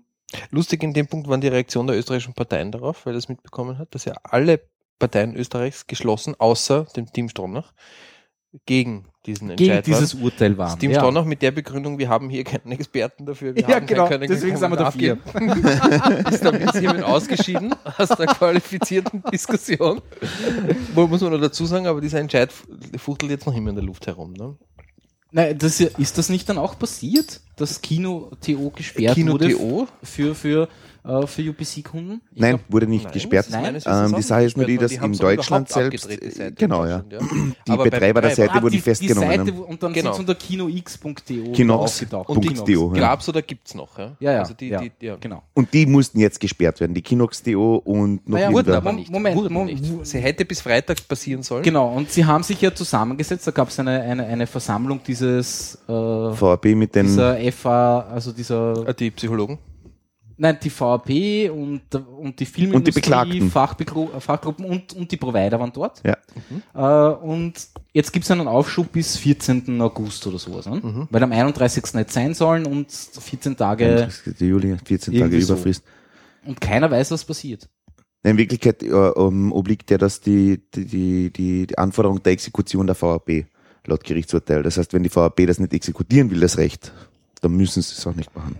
G: Lustig in dem Punkt waren die Reaktion der österreichischen Parteien darauf, weil das mitbekommen hat, dass ja alle Parteien Österreichs geschlossen, außer dem Team Stronach, gegen diesen Entscheid
D: gegen dieses
G: waren.
D: Urteil waren.
G: Das Team Stronach mit der Begründung, wir haben hier keinen Experten dafür. Wir
D: Ja,
G: haben
D: genau,
G: keinen
D: deswegen
G: können
D: sind wir
G: wir dafür. ist damit hiermit ausgeschieden aus der qualifizierten Diskussion. Wohl muss man noch dazu sagen, aber dieser Entscheid fuchtelt jetzt noch immer in der Luft herum. Ne?
D: Nein, das, ist- ist das nicht dann auch passiert, dass Kino TO gesperrt
G: Kino
D: wurde
G: TO?
D: für, für, äh, für UPC-Kunden? Ich
F: Nein,
D: glaub,
F: wurde nicht
G: Nein,
F: gesperrt.
G: das ist meines
F: Ähm,
G: Wissens
F: die
G: auch
F: Sache ist nur die,
G: gesperrt worden.
F: dass
G: haben
F: in
G: es überhaupt
F: Deutschland selbst,
G: abgedreht, die Seite
F: genau,
G: in
F: ja,
G: Deutschland,
F: die
G: Aber beim
F: Betreiber der Seite
D: ah,
F: wurden
D: die, die
F: festgenommen. ne?
D: Seite, wo- und dann
G: Genau.
D: sind unter kinoox.to
F: Kinox.
D: genau aufgetaucht. genau.
G: Und die
F: Punkt DO, ja.
G: Gab's oder gibt's noch? Ja,
D: Ja, ja,
G: Also die,
D: ja,
G: Die, ja.
D: genau.
F: Und die mussten jetzt gesperrt werden. Die Kinox.do und noch
D: Naja,
F: irgendwer.
D: wurden aber
G: War nicht.
D: Moment,
G: Wurden
D: Moment.
G: nicht. Sie hätte bis Freitag passieren sollen.
D: Genau, und sie haben sich ja zusammengesetzt, da gab es eine, eine, eine Versammlung dieses äh,
F: VAB mit den
D: dieser FA, also dieser
G: Äh, Die Psychologen.
D: Nein, die VAP und, und die Filmindustrie,
F: Und die Beklagten.
D: Fachbegru- Fachgruppen und, und die Provider waren dort.
F: Ja.
D: Äh, und jetzt gibt es einen Aufschub bis 14. August oder sowas. Ne?
F: Mhm.
D: Weil am 31. nicht sein sollen und 14 Tage
F: 31. Juli, 14
D: Irgendwie
F: Tage
D: so.
F: Überfrist.
D: und keiner weiß, was passiert.
F: In Wirklichkeit äh, ähm, obliegt ja das die, die- die, die, die Anforderung der Exekution der VAB laut Gerichtsurteil. Das heißt, wenn die VAB das nicht exekutieren will, das Recht, dann müssen sie es auch nicht machen.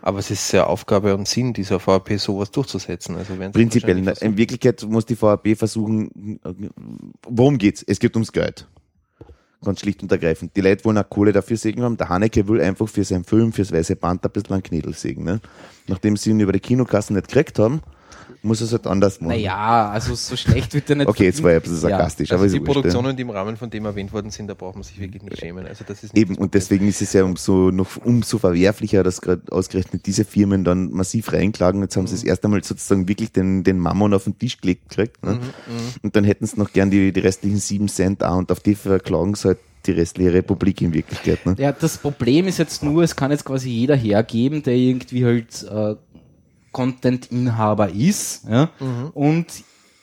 G: Aber es ist ja Aufgabe und Sinn dieser VAP, sowas durchzusetzen. Also wenn sie
F: Prinzipiell, ne,
G: wahrscheinlich
F: in Wirklichkeit muss die VAB versuchen, worum geht's? Es geht ums Geld. Ganz schlicht und ergreifend. Die Leute wollen auch Kohle dafür sägen haben. Der Haneke will einfach für seinen Film, fürs Weiße Band ein bisschen einen Knädel sägen. Ne? Nachdem sie ihn über die Kinokassen nicht gekriegt haben, muss er es halt anders machen.
D: Naja, also so schlecht wird der nicht.
F: Okay, jetzt war ich ein bisschen
D: Ja.
F: sarkastisch, aber
G: Also die
F: ist wurscht, ne? ja.
G: Produktionen, die im Rahmen von dem erwähnt worden sind, da braucht man sich wirklich nicht schämen. Also das ist nicht
F: Eben, und deswegen ist es ja umso, noch umso verwerflicher, dass gerade ausgerechnet diese Firmen dann massiv reinklagen. Jetzt haben sie es erst einmal sozusagen wirklich den, den Mammon auf den Tisch gelegt gekriegt. Ne? Und dann hätten sie noch gern die, die restlichen sieben Cent auch und auf die verklagen sie halt die restliche Republik in Wirklichkeit. Ne?
D: Ja, das Problem ist jetzt nur, es kann jetzt quasi jeder hergeben, der irgendwie halt äh, Content-Inhaber ist ja,
F: Mhm.
D: und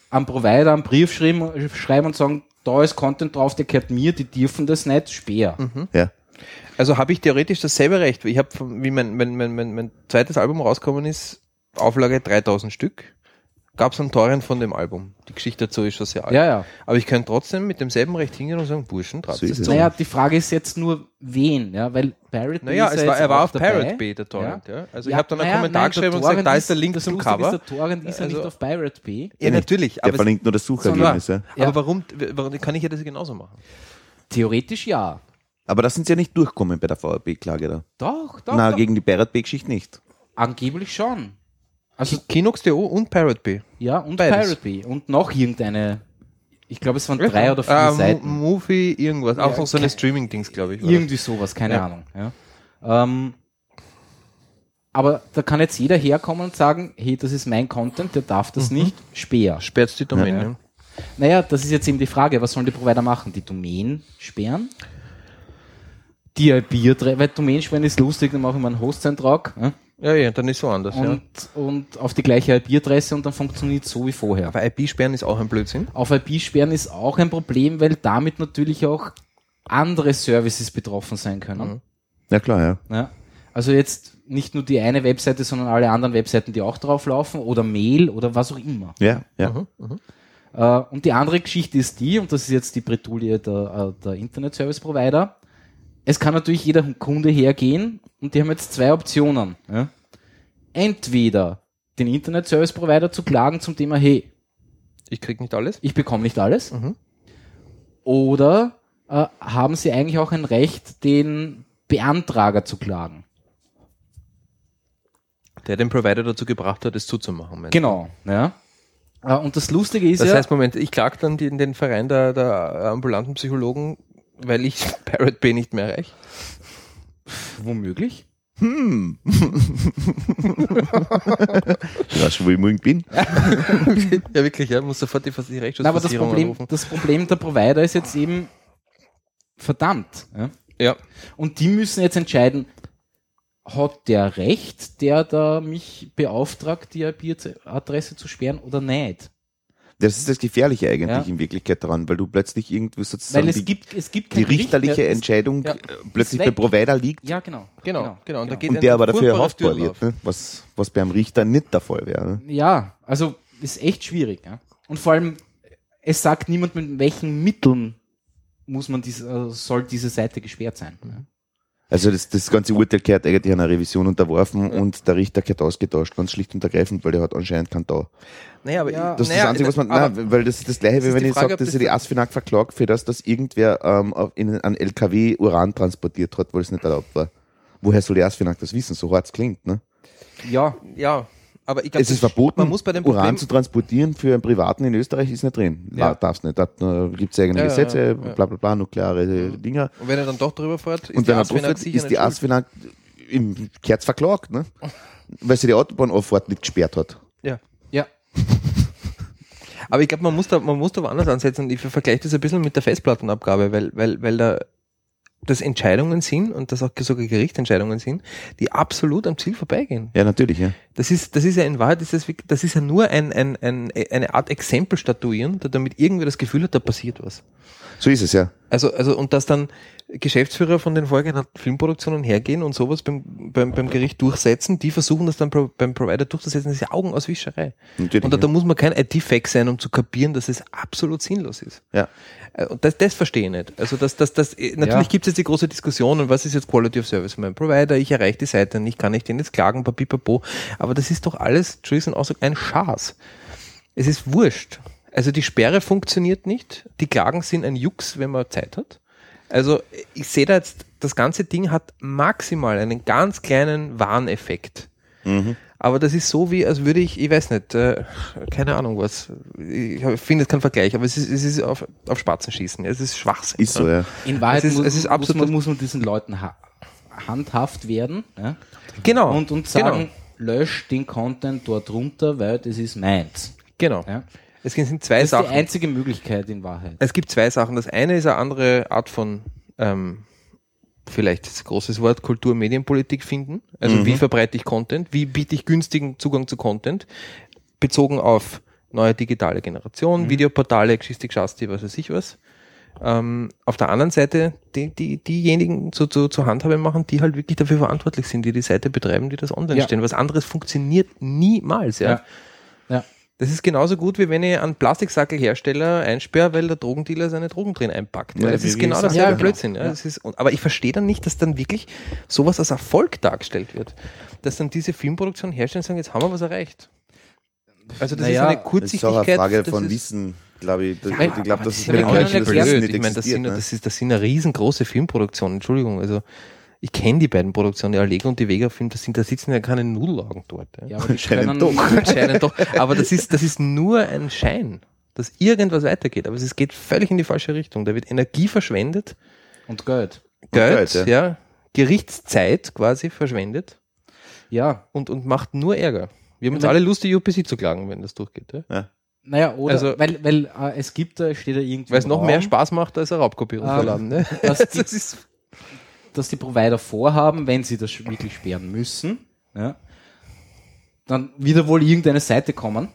D: am Provider einen Brief schreiben, schreiben und sagen, da ist Content drauf, der gehört mir, die dürfen das nicht, schwer.
F: Ja.
G: Also habe ich theoretisch dasselbe Recht. Ich habe, wie mein, mein, mein, mein, mein zweites Album rausgekommen ist, Auflage 3000 Stück. Gab es einen teuren von dem Album. Die Geschichte dazu ist schon sehr alt.
D: Ja, ja.
G: Aber ich kann trotzdem mit demselben Recht hingehen und sagen, Burschen, trat's
F: So ist
G: jetzt
F: es.
G: um.
D: Naja, die Frage ist jetzt nur, wen, ja, weil Parrot
G: Naja,
D: ist
G: es
D: ja
G: war,
D: jetzt
G: er war
D: auch
G: auf
D: dabei.
G: Pirate Bay, der Torrent. Ja. Also ich
D: Ja,
G: habe dann einen
D: naja,
G: Kommentar
D: nein, der
G: geschrieben und gesagt,
D: Torrent
G: da ist der Link
D: das
G: zum
D: Lustige Ist,
G: Cover.
D: der Torrent ist ja
G: Also-
D: nicht auf Pirate Bay.
G: ja,
F: nicht.
G: natürlich.
F: Der
G: Aber, es,
F: verlinkt nur das Suchergebnisse.
D: Ja.
G: aber warum, warum kann ich ja das genauso machen?
D: Theoretisch ja.
F: Aber das sind sie ja nicht durchkommen bei der VRB-Klage da.
D: Doch, doch.
F: Na,
D: doch.
F: gegen die Pirate-B-Geschichte nicht.
D: Angeblich schon. Also,
G: Kinox.de und Pirate Bay.
D: ja, und
G: Beides.
D: Pirate Bay. Und noch irgendeine, ich glaube, es waren
G: Ja,
D: drei
G: klar.
D: oder vier
G: Ah, Mo-
D: Seiten.
G: Movie, irgendwas. Auch
D: Ja,
G: noch so eine
D: ke-
G: Streaming-Dings, glaube ich. war das.
D: Irgendwie sowas, keine
G: Ja.
D: Ahnung. Ja. Ähm, aber da kann jetzt jeder herkommen und sagen, hey, das ist mein Content, der darf das
G: Mhm.
D: nicht. Speer.
G: Sperrt ne? die Domain.
D: Ja.
G: Ja.
D: Naja, das ist jetzt eben die Frage, was sollen die Provider machen? Die Domain sperren? Die IP, weil Domain sperren ist lustig, dann mache ich mal einen Host-Eintrag ja?
G: Ja, ja, dann ist so anders. Ja.
D: und, und auf die gleiche IP-Adresse und dann funktioniert so wie vorher.
G: Aber IP-Sperren ist auch ein Blödsinn.
D: Auf IP sperren ist auch ein Problem, weil damit natürlich auch andere Services betroffen sein können.
F: Ja, klar, ja.
G: Mhm.
D: Ja. Also jetzt nicht nur die eine Webseite, sondern alle anderen Webseiten, die auch drauflaufen oder Mail oder was auch immer.
F: Ja, ja.
D: Äh, und die andere Geschichte ist die, und das ist jetzt die Bretouille der, äh, der Internet Service Provider. Es kann natürlich jeder Kunde hergehen und die haben jetzt zwei Optionen. Ja? Entweder den Internet Service Provider zu klagen zum Thema, hey,
G: Ich krieg nicht alles.
D: ich bekomme nicht alles.
G: Mhm.
D: Oder äh, haben sie eigentlich auch ein Recht, den Beantrager zu klagen?
G: Der den Provider dazu gebracht hat, es zuzumachen. meinst du?
D: Genau. Ja. Äh, und das Lustige ist
G: Das
D: ja,
G: heißt, Moment, ich klag dann den, den Verein der, der ambulanten Psychologen, weil ich Parrot B nicht mehr erreiche.
D: womöglich.
F: Hm. Du weißt schon, wo ich morgen bin.
G: ja, wirklich, ja, muss sofort die, Vers- die
D: Na, aber das
G: Rechtsschutzversicherung
D: Problem,
G: anrufen.
D: das Problem der Provider ist jetzt eben verdammt. Ja?
G: Ja,
D: Und die müssen jetzt entscheiden, hat der Recht, der da mich beauftragt, die IP-Adresse zu sperren oder nicht?
F: Das ist das Gefährliche eigentlich
D: Ja.
F: in Wirklichkeit daran, weil du plötzlich irgendwie sozusagen
D: Weil es
F: die,
D: gibt, es gibt
F: die
D: kein Gericht
F: richterliche
D: mehr. Es-
F: Entscheidung
G: ja,
F: äh, plötzlich
D: ist
F: beim
D: weg.
F: Provider liegt
D: Ja, genau.
G: genau, genau. Und, da geht
F: und
G: ein
F: der aber dafür
G: furchtbarer
F: herausfordert
G: Türlauf.
F: wird, ne? was, was beim Richter nicht der Fall wäre. Ne?
D: Ja, also ist echt schwierig. Ja? Und vor allem, es sagt niemand, mit welchen Mitteln muss man diese, also soll diese Seite gesperrt sein. Ja?
F: Also das, das ganze Urteil gehört eigentlich einer Revision unterworfen und der Richter gehört ausgetauscht, ganz schlicht und ergreifend, weil der hat anscheinend keinen Tau.
G: Naja, aber
D: Ja.
F: Das ist das Einzige, was man,
G: aber-
F: nein, weil das ist das Gleiche,
G: Das ist
F: wie wenn
G: die
F: ich
G: Frage,
F: sage,
G: ob
F: dass
G: das-
F: sie die Asfinag verklagt für das, dass irgendwer ähm, auf- in einen LKW Uran transportiert hat, weil es nicht erlaubt war. Woher soll die Asfinag das wissen? So hart es klingt, ne?
D: ja,
G: ja, aber ich glaube,
F: Es ist verboten,
G: man muss bei dem
F: Uran
G: Problem,
F: zu transportieren für einen Privaten in Österreich ist nicht drin.
G: Ja.
F: Ja. Darf es nicht. Da gibt es eigene
G: Ja, ja,
F: Gesetze,
G: ja.
F: bla bla bla, nukleare Dinger.
G: und wenn er dann doch drüber fährt,
F: Und wenn er
G: Asfinag
F: drauf wird,
G: sicher
F: ist
G: nicht
F: die
G: schuld.
F: Asfinag im Kerz verklagt, ne? Weil sie die Autobahnauffahrt nicht gesperrt hat.
G: Ja.
D: ja.
G: Aber ich glaube, man muss da, man muss da woanders ansetzen. Ich vergleiche das ein bisschen mit der Festplattenabgabe, weil, weil, weil da das Entscheidungen sind und das auch sogar Gerichtsentscheidungen sind, die absolut am Ziel vorbeigehen.
F: Ja, natürlich, ja.
G: Das ist, das ist ja in Wahrheit, ist das, wirklich- das ist ja nur ein, ein, ein, eine Art Exempel statuieren, da- damit irgendwer das Gefühl hat, da passiert was.
F: So ist es ja.
G: Also, also, und dass dann Geschäftsführer von den vorgenannten Filmproduktionen hergehen und sowas beim, beim, beim Gericht durchsetzen, die versuchen das dann pro, beim Provider durchzusetzen, das ist ja Augenauswischerei.
F: Natürlich,
G: und da,
F: ja.
G: da muss man kein IT-Fack sein, um zu kapieren, dass es absolut sinnlos ist.
F: ja.
G: Äh, Und das, das verstehe ich nicht. Also das, das, das, äh, natürlich
D: Ja.
G: gibt es jetzt die große Diskussion, und was ist jetzt Quality of Service für meinen Provider? Ich erreiche die Seite nicht, kann ich den jetzt klagen, papipapo. Aber das ist doch alles, Entschuldigung, Ausdruck, ein Schaß. Es ist wurscht. Also die Sperre funktioniert nicht. Die Klagen sind ein Jux, wenn man Zeit hat. Also ich sehe da jetzt, das ganze Ding hat maximal einen ganz kleinen Warneffekt. Aber das ist so wie, als würde ich, ich weiß nicht, äh, keine Ahnung was. Ich hab- finde jetzt keinen Vergleich, aber es ist, es ist auf, auf Spatzen schießen. Es ist Schwachsinn.
F: Ist so,
G: ne?
F: ja.
D: In Wahrheit
G: Es ist-
D: muss,
G: es ist
D: muss,
G: absolut-
D: man, muss man diesen Leuten ha handhaft werden ja?
G: Genau.
D: und, und sagen, lösch den Content dort runter, weil das ist meins.
G: Genau. genau.
D: Ja?
G: Es sind zwei
D: Das ist die
G: Sachen.
D: einzige Möglichkeit in Wahrheit.
G: Es gibt zwei Sachen. Das eine ist eine andere Art von, ähm, vielleicht ist ein großes Wort, Kultur, Medienpolitik finden. Also wie verbreite ich Content? Wie biete ich günstigen Zugang zu Content? Bezogen auf neue digitale Generation, Videoportale, Geschichte, Geschasti, was weiß ich was. Ähm, auf der anderen Seite die, die, diejenigen zu, zu, zur Handhabe machen, die halt wirklich dafür verantwortlich sind, die die Seite betreiben, die das online
D: Ja.
G: stellen. Was anderes funktioniert niemals. Ja.
D: Ja. Ja.
G: Das ist genauso gut, wie wenn ich einen Plastiksackelhersteller einsperre, weil der Drogendealer seine Drogen drin einpackt. Ja,
F: Ja,
G: das
F: wie-
G: ist
F: wie
G: genau
F: gesagt,
G: dasselbe
F: ja, genau.
G: Blödsinn. Ja. Das ist, und- aber ich verstehe dann nicht, dass dann wirklich sowas als Erfolg dargestellt wird. Dass dann diese Filmproduktion herstellen und sagen, jetzt haben wir was erreicht. Also das
D: Naja,
G: ist eine
F: Das ist auch
G: Kurzsichtigkeit.
F: eine Frage
G: das
F: von
G: ist-
F: Wissen, glaube ich.
G: Nein,
F: ich
G: aber
F: glaube, das ist
G: ja
F: bei den
G: keine
F: Menschen, das
G: blöd.
F: Wissen nicht
G: Ich meine, das,
F: existiert.
G: sind,
F: ne?
G: das, ist, das sind eine riesengroße Filmproduktion, Entschuldigung. Also ich kenne die beiden Produktionen, die Allego und die Vega Film, das sind, da sitzen ja keine Nudelaugen dort.
D: Ja, aber die können,
F: Anscheinend doch.
G: Anscheinend doch. Aber das ist, das ist nur ein Schein, dass irgendwas weitergeht. Aber es ist- geht völlig in die falsche Richtung. Da wird Energie verschwendet,
D: Und Geld.
G: Geld,
F: Geld,
G: ja. Gerichtszeit quasi verschwendet
D: Ja.
G: und, und macht nur Ärger. Wir haben jetzt alle Lust, die UPC zu klagen, wenn das durchgeht. Ja?
D: Naja, oder,
G: Also-
D: weil, weil äh, es gibt da, steht da irgendwie.
G: Weil es noch
D: im
G: mehr
D: Raum,
G: Spaß macht, als ein Raubkopierung
D: Ähm,
G: verladen. Ne?
D: dass die-
G: ist
D: dass die Provider vorhaben, wenn sie das sch- wirklich sperren müssen, ja, dann wieder wohl irgendeine Seite kommen.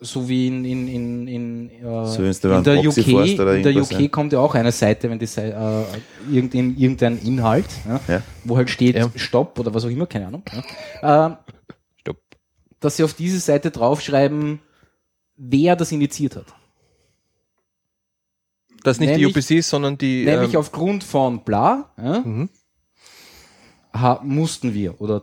D: So wie in, in, in, in, äh,
F: So wie wenn's da
D: in
F: einen
D: der
F: Proxy
D: UK,
F: fährst oder
D: in der
F: irgendwas,
D: UK
F: ja.
D: kommt ja auch eine Seite, wenn die Sei- äh, irgendein, irgendein Inhalt, ja,
F: Ja.
D: wo halt steht
G: Ja.
D: Stopp oder was auch immer, keine Ahnung. Ja, ähm,
G: Stopp.
D: Dass sie auf diese Seite draufschreiben, wer das initiiert hat.
G: Das nicht
D: Nämlich-
G: die UPC ist, sondern die.
D: Nämlich
G: ähm,
D: aufgrund von bla ja,
G: Mhm.
D: ha, mussten wir oder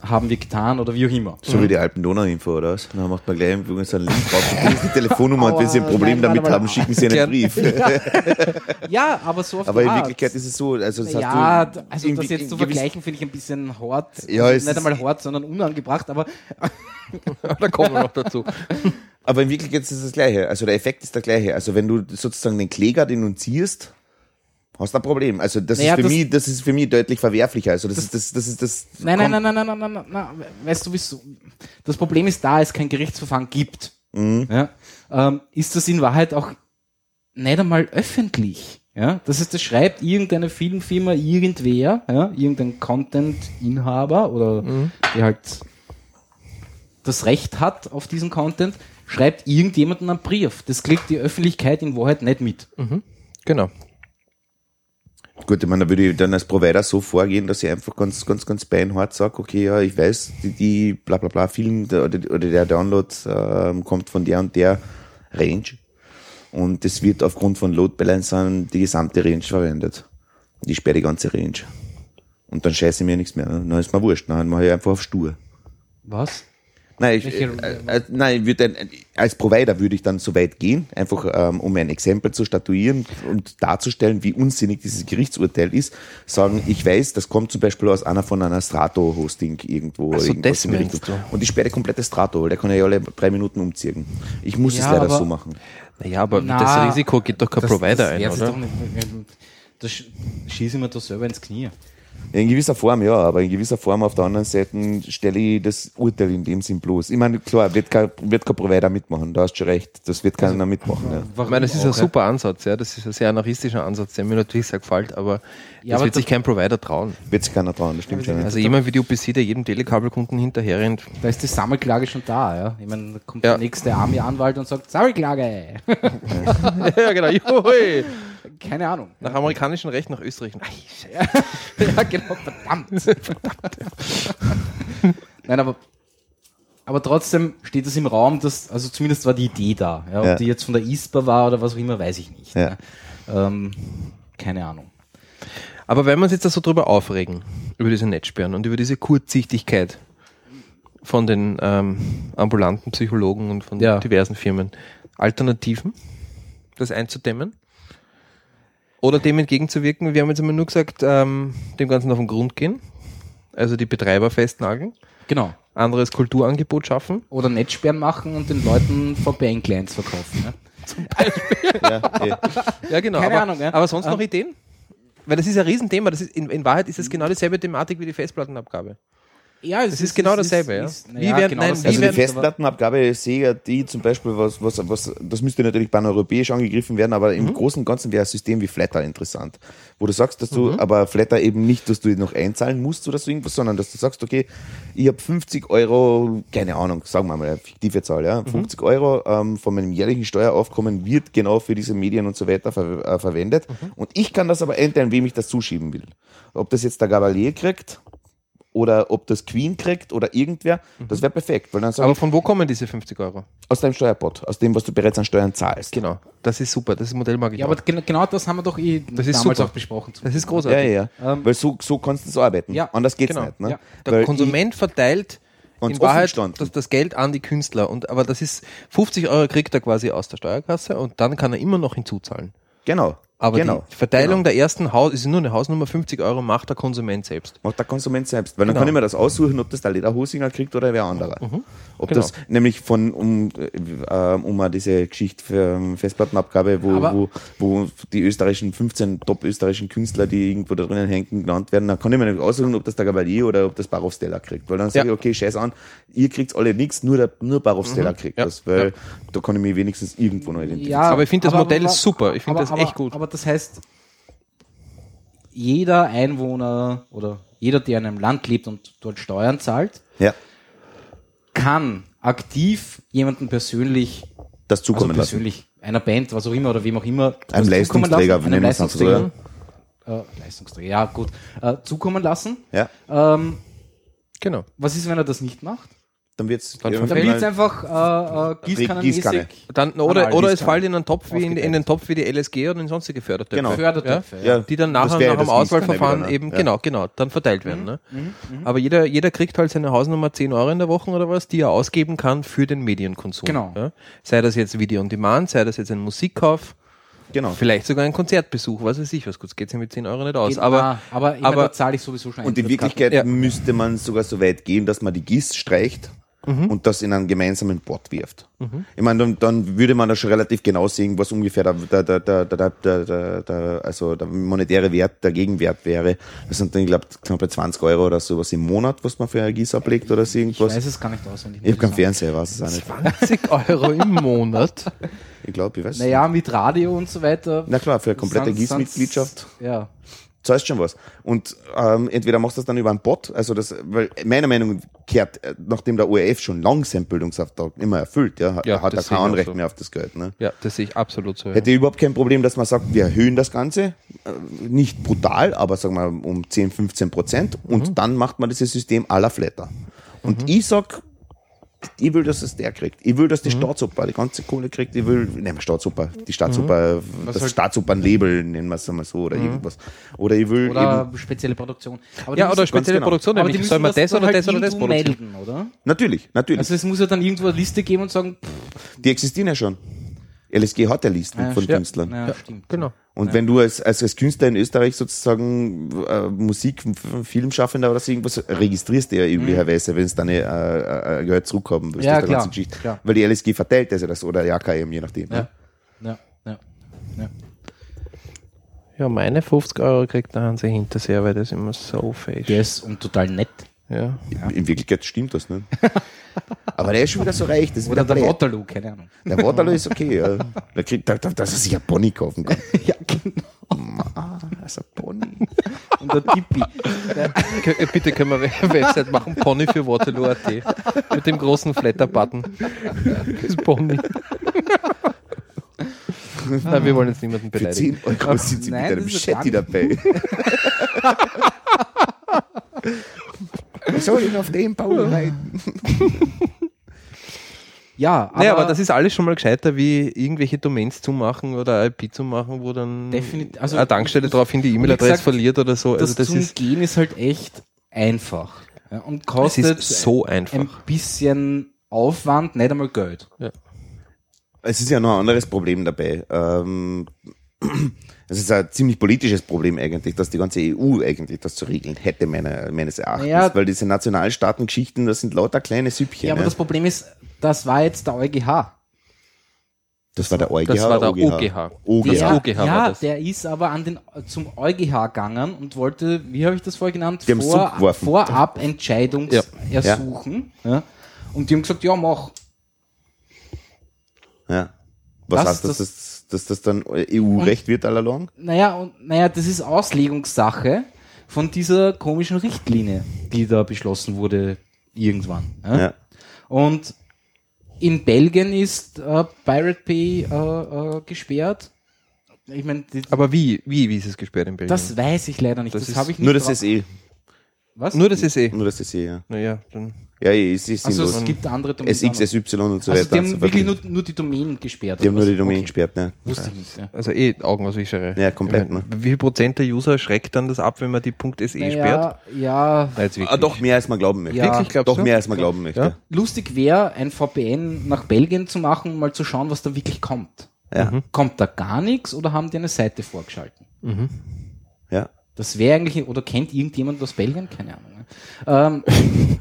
D: haben wir getan oder wie auch immer.
F: So
G: Mhm.
F: wie die Alpen-Donau-Info oder was? Dann macht man gleich übrigens einen Link drauf. Das ist die Telefonnummer und wenn Sie ein
D: Aua,
F: Problem
D: nein,
F: damit
D: warte mal.
F: haben, schicken Sie einen
G: Gern.
F: Brief.
D: Ja, aber so auf
F: Aber
D: die
F: in
D: Art.
F: Wirklichkeit ist es so, also das hast
D: ja,
F: du
D: d- also das
F: irgendwie
D: jetzt zu
F: in gewissen-
D: vergleichen, finde ich ein bisschen hart.
F: Ja,
D: also
F: es
D: nicht
F: ist-
D: einmal hart, sondern unangebracht, aber
G: da kommen wir noch dazu.
F: Aber in Wirklichkeit ist es das Gleiche. Also der Effekt ist der gleiche. Also wenn du sozusagen den Kläger denunzierst, hast du ein Problem. Also das
D: Naja,
F: ist für
D: das-
F: mich, das ist für mich deutlich verwerflicher. Also das, ist das, das ist das.
D: nein,
F: Komm,
D: nein, nein, nein, nein, nein, nein, nein, nein, weißt du, wieso? Das Problem ist da, es kein Gerichtsverfahren gibt. Ja, ähm, ist das in Wahrheit auch nicht einmal öffentlich? Ja, das heißt, das schreibt irgendeine Filmfirma, irgendwer, ja, irgendein Content-Inhaber oder der halt das Recht hat auf diesen Content, schreibt irgendjemanden einen Brief. Das kriegt die Öffentlichkeit in Wahrheit nicht mit.
G: Genau.
F: Gut, ich meine, da würde ich dann als Provider so vorgehen, dass ich einfach ganz, ganz, ganz beinhart sage, okay, ja, ich weiß, die, die bla bla bla Film der- oder, oder der Download ähm, kommt von der und der Range. Und das wird aufgrund von Load Balancern die gesamte Range verwendet. Und ich sperre die ganze Range. Und dann scheiße ich mir nichts mehr. ne? Dann ist mir wurscht. Dann mache ich halt einfach auf Stur.
D: Was?
F: Nein, ich, äh,
D: Welche-
F: äh, nein ich würd dann, als Provider würde ich dann so weit gehen, einfach ähm, um ein Exempel zu statuieren und darzustellen, wie unsinnig dieses Gerichtsurteil ist. Sagen, ich weiß, das kommt zum Beispiel aus einer von einer Strato-Hosting irgendwo.
G: Ach so,
F: irgendwas
G: das
F: in die
G: meinst
F: Richtung. Und ich sperre komplette Strato, weil der kann ja alle drei Minuten umzirken. Ich muss
D: Ja,
F: es leider
D: aber-
F: so machen.
G: Naja, aber
D: Na,
G: das Risiko geht doch kein
D: Das-
G: Provider
D: das
G: ein,
D: wär's
G: oder?
D: doch nicht. Das sch- schießt immer da selber ins Knie.
F: In gewisser Form, ja, aber in gewisser Form auf der anderen Seite stelle ich das Urteil in dem Sinn bloß. Ich meine, klar, wird kein, wird kein Provider mitmachen, da hast du schon recht. Das wird
G: Also-
F: keiner mitmachen. Ja.
D: Warum
G: Ich meine, das ist
D: auch,
G: ein
D: ja?
G: super Ansatz, ja. Das ist ein sehr anarchistischer Ansatz, der mir natürlich sehr gefällt, aber
D: Ja,
G: das
D: aber
G: wird sich
D: das-
G: kein Provider trauen.
F: Wird sich keiner trauen, das stimmt schon. ja.
G: Also jemand wie die UPC, der jedem Telekabelkunden hinterherrennt.
D: Da ist die Sammelklage schon da, ja. Ich meine, da kommt
G: Ja.
D: der nächste Army-Anwalt und sagt, Sammelklage!
G: ja, genau. Juhui.
D: Keine Ahnung.
G: Nach amerikanischem Recht, nach österreichischem. Ei, scheiße.
D: ja, genau, verdammt. Nein, aber, aber trotzdem steht es im Raum, dass, also zumindest war die Idee da. Ja, ob
F: Ja.
D: die jetzt von der ISPA war oder was auch immer, weiß ich nicht.
F: Ja.
D: ne? Ähm, keine Ahnung.
G: Aber wenn wir uns jetzt da so drüber aufregen, über diese Netzsperren und über diese Kurzsichtigkeit von den ähm, ambulanten Psychologen und von
D: Ja.
G: diversen Firmen, Alternativen, das einzudämmen? Oder dem entgegenzuwirken, wir haben jetzt immer nur gesagt, ähm, dem Ganzen auf den Grund gehen, also die Betreiber festnageln,
D: Genau.
G: anderes Kulturangebot schaffen.
D: Oder Netzsperren machen und den Leuten VPN-Clients verkaufen. Ne?
G: Ja, genau.
D: Keine
G: aber,
D: Ahnung, ja. Ah.
G: aber sonst noch Ideen? Weil das ist ein Riesenthema. Das ist, in, in Wahrheit ist es
D: Hm.
G: genau dieselbe Thematik wie die Festplattenabgabe.
D: Ja,
G: Es ist genau dasselbe, ja. Wie werden-
D: genau
G: nein, wie
F: Also die
G: werden-
F: Festplattenabgabe ist sicher die zum Beispiel, was, was, was, das müsste natürlich paneuropäisch angegriffen werden, aber
G: Mhm.
F: im Großen und Ganzen wäre ein System wie Flatter interessant. Wo du sagst, dass
G: Mhm.
F: du, aber Flatter eben nicht, dass du noch einzahlen musst oder so irgendwas, sondern dass du sagst, okay, ich habe 50 Euro, keine Ahnung, sagen wir mal, eine fiktive Zahl,
G: Mhm.
F: ja, 50 Euro ähm, von meinem jährlichen Steueraufkommen wird genau für diese Medien und so weiter ver äh,
G: Mhm.
F: verwendet. Und ich kann das aber einteilen, wem ich das zuschieben will. Ob das jetzt der Gabalier kriegt oder ob das Queen kriegt oder irgendwer, das wäre perfekt. Weil dann sag
G: Mhm. Aber
F: ich,
G: von wo kommen diese 50 Euro?
F: aus deinem Steuerpot, aus dem, was du bereits an Steuern zahlst.
G: Genau. Das ist super. Das Modell mag ich
D: Ja,
G: auch.
D: aber gen- genau das haben wir doch eh
G: Das ist
D: damals
G: super.
D: auch besprochen.
G: Das ist
F: Ja,
G: großartig.
F: ja, ja.
D: Ähm,
F: Weil so, so kannst du es arbeiten.
D: Ja,
F: Anders geht's
G: genau.
F: nicht. Ne?
D: Ja.
G: Der
F: Weil
G: Konsument verteilt
F: Ganz
G: in
F: offen
G: Wahrheit
F: gestanden.
G: das, das Geld an die Künstler. Und, aber das ist 50 Euro kriegt er quasi aus der Steuerkasse und dann kann er immer noch hinzuzahlen.
F: Ich, genau.
G: Aber
F: genau.
G: die Verteilung der ersten Haus ist nur eine Hausnummer 50 Euro macht der Konsument selbst.
F: Macht der Konsument selbst, weil
G: Genau.
F: dann kann ich mir das aussuchen, ob das der Leder Hosinger kriegt oder wer anderer. Ob
G: Genau.
F: das nämlich von, um, äh, um mal diese Geschichte für ähm, Festplattenabgabe, wo,
D: Aber-
F: wo, wo die österreichischen 15 top-österreichischen Künstler, die irgendwo da drinnen hängen, genannt werden, dann kann ich mir nämlich aussuchen, ob das der Gabalier oder ob das Barofsteller kriegt. Weil dann sage
G: Ja.
F: ich, okay, scheiß an, ihr kriegt alle nichts, nur, der- nur Barofsteller kriegt
G: Mhm. Ja.
F: das, weil da kann ich mich wenigstens irgendwo noch identifizieren.
G: Aber ich find das Modell super. Ich find
D: aber-
G: das
D: aber-
G: echt gut.
D: Aber das heißt, jeder Einwohner oder jeder, der in einem Land lebt und dort Steuern zahlt,
F: Ja,
D: kann aktiv jemanden persönlich,
F: das
D: also
F: zukommen lassen.
D: persönlich, einer Band, was auch immer oder wem auch immer,
F: Einem
D: was zukommen
F: Leistungsträger,
D: lassen, einem
F: nennen wir's einfach so,
D: Leistungsträger, äh, Leistungsträger, ja gut, äh, zukommen lassen.
F: Ja,
D: Ähm,
G: Genau.
D: was ist, wenn er das nicht macht?
F: dann wird's
G: Dann
F: irgendwann
D: Dann
G: Wenn
D: wird
F: mal-
D: es einfach äh, äh, Gießkannenmäßig
F: Gießkanne.
G: Dann,
D: An
G: oder
D: all
G: oder
D: die
G: es fällt in einen Topf wie in, in
D: Aufgeteilt.
G: den Topf wie die LSG oder in sonstige Fördertöpfe.
F: Genau.
D: Fördertöpfe. ja.
F: ja,
G: Die dann
F: das
G: nachher
F: wäre
G: nach dem
F: das Wiesbadener
G: Auswahlverfahren
F: wieder, ne?
G: eben,
F: Ja.
G: genau, genau, dann verteilt
D: Mhm,
G: werden. Ne? Aber jeder, jeder kriegt halt seine Hausnummer 10 Euro in der Woche oder was, die er ausgeben kann für den Medienkonsum.
D: Genau.
G: Ja? Sei das jetzt Video on Demand, sei das jetzt ein Musikkauf,
F: Genau.
G: vielleicht sogar ein Konzertbesuch, was weiß ich was. Gut, geht's ja mit 10 Euro nicht aus.
D: Geht-
G: aber
D: ah, aber, ich mein,
G: aber-
D: da zahle ich sowieso schon
F: Und in
D: Eintrittskarten.
F: Wirklichkeit
G: Ja.
F: müsste man sogar so weit gehen, dass man die GIS streicht
D: Mhm.
F: und das in einen gemeinsamen Bord wirft. Ich meine, dann, dann würde man da schon relativ genau sehen, was ungefähr der, der, der, der, der, der, der, der, also der monetäre Wert, der Gegenwert wäre. Das sind dann, ich glaube, knapp bei 20 Euro oder sowas im Monat, was man für eine GIS ablegt oder so
D: Ich
F: irgendwas.
D: weiß es gar nicht auswendig.
F: Ich habe keinen
D: muss ich sagen.
F: Fernseher, weiß es auch nicht.
G: 20 Euro im Monat.
F: Ich glaube, ich weiß es
D: Naja, mit Radio und so weiter.
F: Na klar, für eine komplette
D: Sans- sans-
F: GIS-Mitgliedschaft.
D: Ja.
F: zahlst schon was. Und ähm, entweder machst du das dann über einen Bot, also das, weil meiner Meinung nach kehrt, äh, nachdem der ORF schon lang seinen Bildungsauftrag immer erfüllt, ja, hat-
G: Ja,
F: hat er
G: das sehe
F: kein
G: ich auch
F: Anrecht
G: so.
F: mehr auf das Geld. Ne?
G: Ja, das sehe ich absolut so. Ja.
F: Hätte ich überhaupt kein Problem, dass man sagt, wir erhöhen das Ganze, äh, nicht brutal, aber sagen wir um 10, 15 Prozent
G: Mhm.
F: und dann macht man dieses System aller Flatter. Und ich sag, ich will, dass es der kriegt. Ich will, dass
G: Mhm.
F: die Staatsoper die ganze Kohle kriegt. Ich will, nein, Staatsoper, die Staatsoper,
G: Mhm.
F: das
G: halt
F: Staatsopernlabel nennen wir es einmal so oder irgendwas. Oder ich will eben,
D: Oder spezielle Produktion. Aber die
G: Ja,
D: müssen-
G: oder spezielle
F: genau.
G: Produktion,
D: aber die
G: nämlich soll
D: müssen
G: man das
D: dann
G: oder
D: halt
G: das oder das
D: irgendwo
G: produzieren.
D: melden, oder?
F: Natürlich, natürlich.
D: Also es muss ja dann irgendwo eine Liste geben und sagen, pff,
F: die existieren ja schon. LSG hat ja Listen
D: ja,
F: von
D: stimmt.
F: Künstlern.
D: Ja, stimmt.
G: Genau.
F: Und wenn du als, als, als Künstler in Österreich sozusagen äh, Musik, F- Filmschaffender oder so irgendwas, registrierst du ja üblicherweise, wenn es deine äh, äh, Geld zurückhaben willst,
D: Mhm. Ja,
F: aus der
D: klar,
F: ganzen Geschichte.
D: klar.
F: Weil die LSG verteilt das ja das oder JKM, je nachdem.
D: Ja.
F: ne?
D: Ja, ja, ja.
G: Ja, meine 50 Euro kriegt der Hansi hinterher, weil das immer so fake
D: Der ist und total nett.
G: Ja.
F: In Wirklichkeit stimmt das, ne? Aber der ist schon wieder so reich, das ist
D: Oder
F: wieder
D: der
F: blöd.
D: Waterloo, keine Ahnung.
F: Der Waterloo ist okay, ja. Da kriegt, da, da, dass er sich ein Pony kaufen kann.
D: ja, genau.
F: Ah, das
D: Also
F: ist ein Pony.
D: Und der Tippi.
G: Kö- äh, Bitte können wir eine Website machen, Pony für Waterloo.at. Mit dem großen Flatter-Button. Das Pony. Nein, wir wollen jetzt niemanden
F: Für
G: beleidigen.
F: 10 Euro sind sie
D: nein,
F: mit einem
D: das ist ja
F: Shetty
D: gar
F: dabei. Ich soll ihn auf den Paul reiten.
D: Ja, aber,
G: Naja, aber das ist alles schon mal gescheiter, wie irgendwelche Domains zu machen oder IP zu machen, wo dann
D: Definit- also-
G: eine Tankstelle daraufhin die
D: Wie
G: E-Mail-Adresse
D: gesagt,
G: verliert oder so. Also
D: das,
G: das
D: zum
G: ist,
D: Gehen ist halt echt einfach. Ja, und
G: das
D: kostet
G: ist so
D: ein
G: einfach.
D: bisschen Aufwand, nicht einmal Geld.
F: Es ist ja noch ein anderes Problem dabei. Ähm, es ist ein ziemlich politisches Problem eigentlich, dass die ganze EU eigentlich das zu regeln hätte, meiner, meines Erachtens.
D: Ja.
F: Weil diese Nationalstaatengeschichten, das sind lauter kleine Süppchen.
D: Ja, aber
F: ne?
D: das Problem ist, das war jetzt der EuGH.
F: Das war der EuGH.
G: Das war der OGH.
F: OGH.
G: Das
D: Der,
G: OGH war
D: ja,
G: das.
D: der ist aber an den, zum EuGH gegangen und wollte, wie habe ich das vorher genannt,
F: Die haben's
D: vor,
F: zurückgeworfen.
D: vorab Entscheidungsersuchen. Ja. Und die haben gesagt, ja, mach.
F: Ja. Was
D: Das-
F: heißt das, dass, dass das dann EU-Recht wird allalong?
D: Naja, und naja, das ist Auslegungssache von dieser komischen Richtlinie, die da beschlossen wurde irgendwann. ja.
F: Ja.
D: Und in Belgien ist äh, Pirate Bay äh, äh, gesperrt. Ich meine, die-
G: Aber wie, wie, wie ist es gesperrt in Belgien?
D: das weiß ich leider nicht.
G: Das
D: Das,
G: ist-
D: habe ich nicht.
F: Nur das
D: drauf-
F: SE.
D: Was?
G: Nur das SE.
F: Nur das ist eh, ja.
G: Naja, dann.
F: Ja, eh, es ist
D: also
F: sinnlos.
D: es gibt andere Domänen.
F: SX, SY und
D: also
F: so weiter.
D: die
F: und so
D: haben
F: fort.
D: wirklich nur, nur die Domänen gesperrt.
F: die haben nur
D: oder was?
F: die Domain
D: Okay.
F: gesperrt, ne?
D: Wusste ich nicht. Ja.
G: Also eh Augenausswischerei.
F: Ja, komplett, ne?
G: Wie viel Prozent der User schreckt dann das ab, wenn man die .se sperrt?
D: Ja,
G: Nein, jetzt wirklich.
F: Ah, doch, mehr als man glauben möchte.
D: Ja.
G: Wirklich, glaubst
F: Doch,
G: du?
F: mehr als man glauben möchte.
D: lustig wäre, ein VPN nach Belgien zu machen und mal zu schauen, was da wirklich kommt.
F: Ja.
D: Kommt da gar nichts oder haben die eine Seite vorgeschalten?
F: Ja.
D: Das wäre eigentlich, oder kennt irgendjemand aus Belgien? Keine Ahnung. ne? Ähm,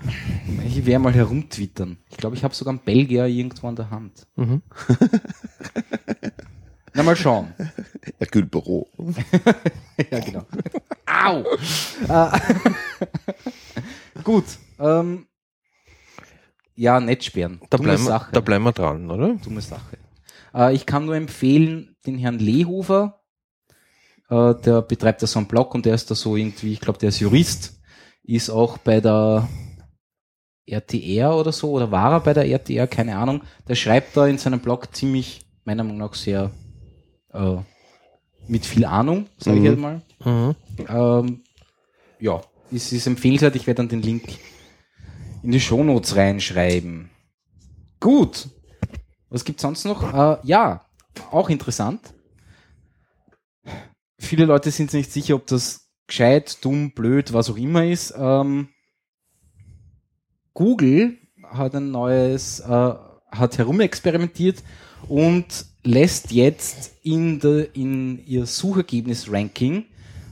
D: ich werde mal herumtwittern. Ich glaube, ich habe sogar einen Belgier irgendwo an der Hand.
F: Mhm.
D: Na, mal schauen.
F: Erkühlbüro.
D: Ja, genau. Au! Äh, Gut. Ähm, ja, nicht sperren.
G: Da
D: Dumme
G: bleiben, wir,
D: Sache.
G: da bleiben wir dran, oder?
D: Dumme Sache. Äh, ich kann nur empfehlen, den Herrn Lehofer, äh, der betreibt da so einen Blog und der ist da so irgendwie, ich glaube, der ist Jurist, ist auch bei der RTR oder so, oder war er bei der RTR, keine Ahnung. Der schreibt da in seinem Blog ziemlich, meiner Meinung nach, sehr äh, mit viel Ahnung, sage ich jetzt mal. Ähm, ja, es ist empfehlenswert. Ich werde dann den Link in die Shownotes reinschreiben. Gut. Was gibt's sonst noch? Äh, ja, auch interessant. Viele Leute sind sich nicht sicher, ob das gescheit, dumm, blöd, was auch immer ist. Ähm, Google hat ein neues, äh, hat herumexperimentiert und lässt jetzt in, de, in ihr Suchergebnis-Ranking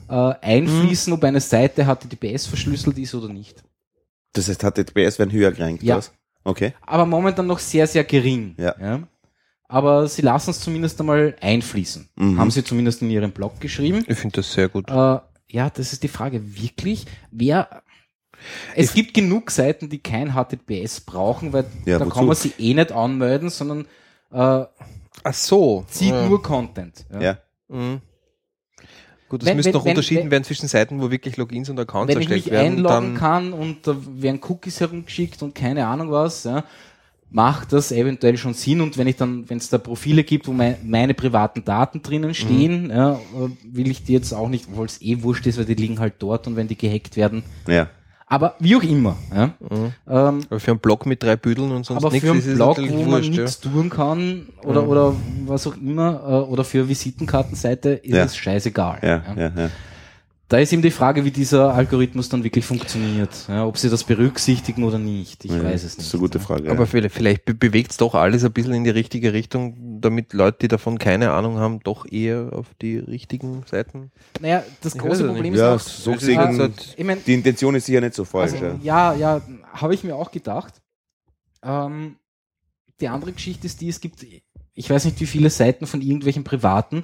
D: äh, einfließen, ob eine Seite HTTPS verschlüsselt ist oder nicht.
F: Das heißt, HTTPS werden höher gerankt,
D: Ja.
F: was? Okay.
D: Aber momentan noch sehr, sehr gering.
F: Ja.
D: Aber sie lassen es zumindest einmal einfließen.
F: Mhm.
D: Haben sie zumindest in ihrem Blog geschrieben.
G: Ich finde das sehr gut.
D: Äh, ja, das ist die Frage. Wirklich? Wer. Es gibt genug Seiten, die kein HTTPS brauchen, weil
F: Ja,
D: da
F: wozu?
D: kann man sie eh nicht anmelden, sondern äh,
G: Ach so.
D: zieht
G: Ja.
D: nur Content.
F: Ja.
G: Mhm. Gut, es
D: Wenn-
G: müssen
D: wenn-
G: noch
D: wenn-
G: unterschieden
D: wenn-
G: werden zwischen Seiten, wo wirklich Logins und Accounts
D: Wenn ich
G: erstellt
D: mich
G: werden.
D: einloggen
G: Dann,
D: kann und da werden Cookies herumgeschickt und keine Ahnung was, ja, macht das eventuell schon Sinn und wenn ich dann, wenn es da Profile gibt, wo mein, meine privaten Daten
G: Mhm.
D: drinnen stehen, ja, äh, will ich die jetzt auch nicht, obwohl es eh wurscht ist, weil die liegen halt dort und wenn die gehackt werden.
F: Ja.
D: Aber wie auch immer. Ja, ähm,
G: aber für einen Blog mit drei Büdeln und sonst
D: aber
G: nichts
D: für einen
G: Mhm. ist es
D: Blog,
G: natürlich
D: wo man
G: wurscht. ja. Mhm.
D: nichts tun kann oder, oder was auch immer, äh, oder für Visitenkartenseite ist
F: Ja.
D: es scheißegal.
F: Ja,
D: ja.
F: ja, ja.
D: Da ist eben die Frage, wie dieser Algorithmus dann wirklich funktioniert. Ja, ob sie das berücksichtigen oder nicht. Ich
F: ja.
D: weiß es
F: Das
D: nicht.
F: ist eine gute Frage.
G: Aber
F: ja.
G: vielleicht, vielleicht be bewegt es doch alles ein bisschen in die richtige Richtung, damit Leute, die davon keine Ahnung haben, doch eher auf die richtigen Seiten.
D: Naja, das
G: Ich weiß
D: große
G: es
D: Problem
G: nicht.
D: ist
F: Ja,
D: auch, Also
F: so
G: Es ist
F: gesehen,
G: halt-
D: ich meine,
F: die Intention ist sicher nicht so falsch.
D: also, ja,
F: ja.
D: ja, habe ich mir auch gedacht. Ähm, die andere Geschichte ist die, es gibt, ich weiß nicht, wie viele Seiten von irgendwelchen Privaten,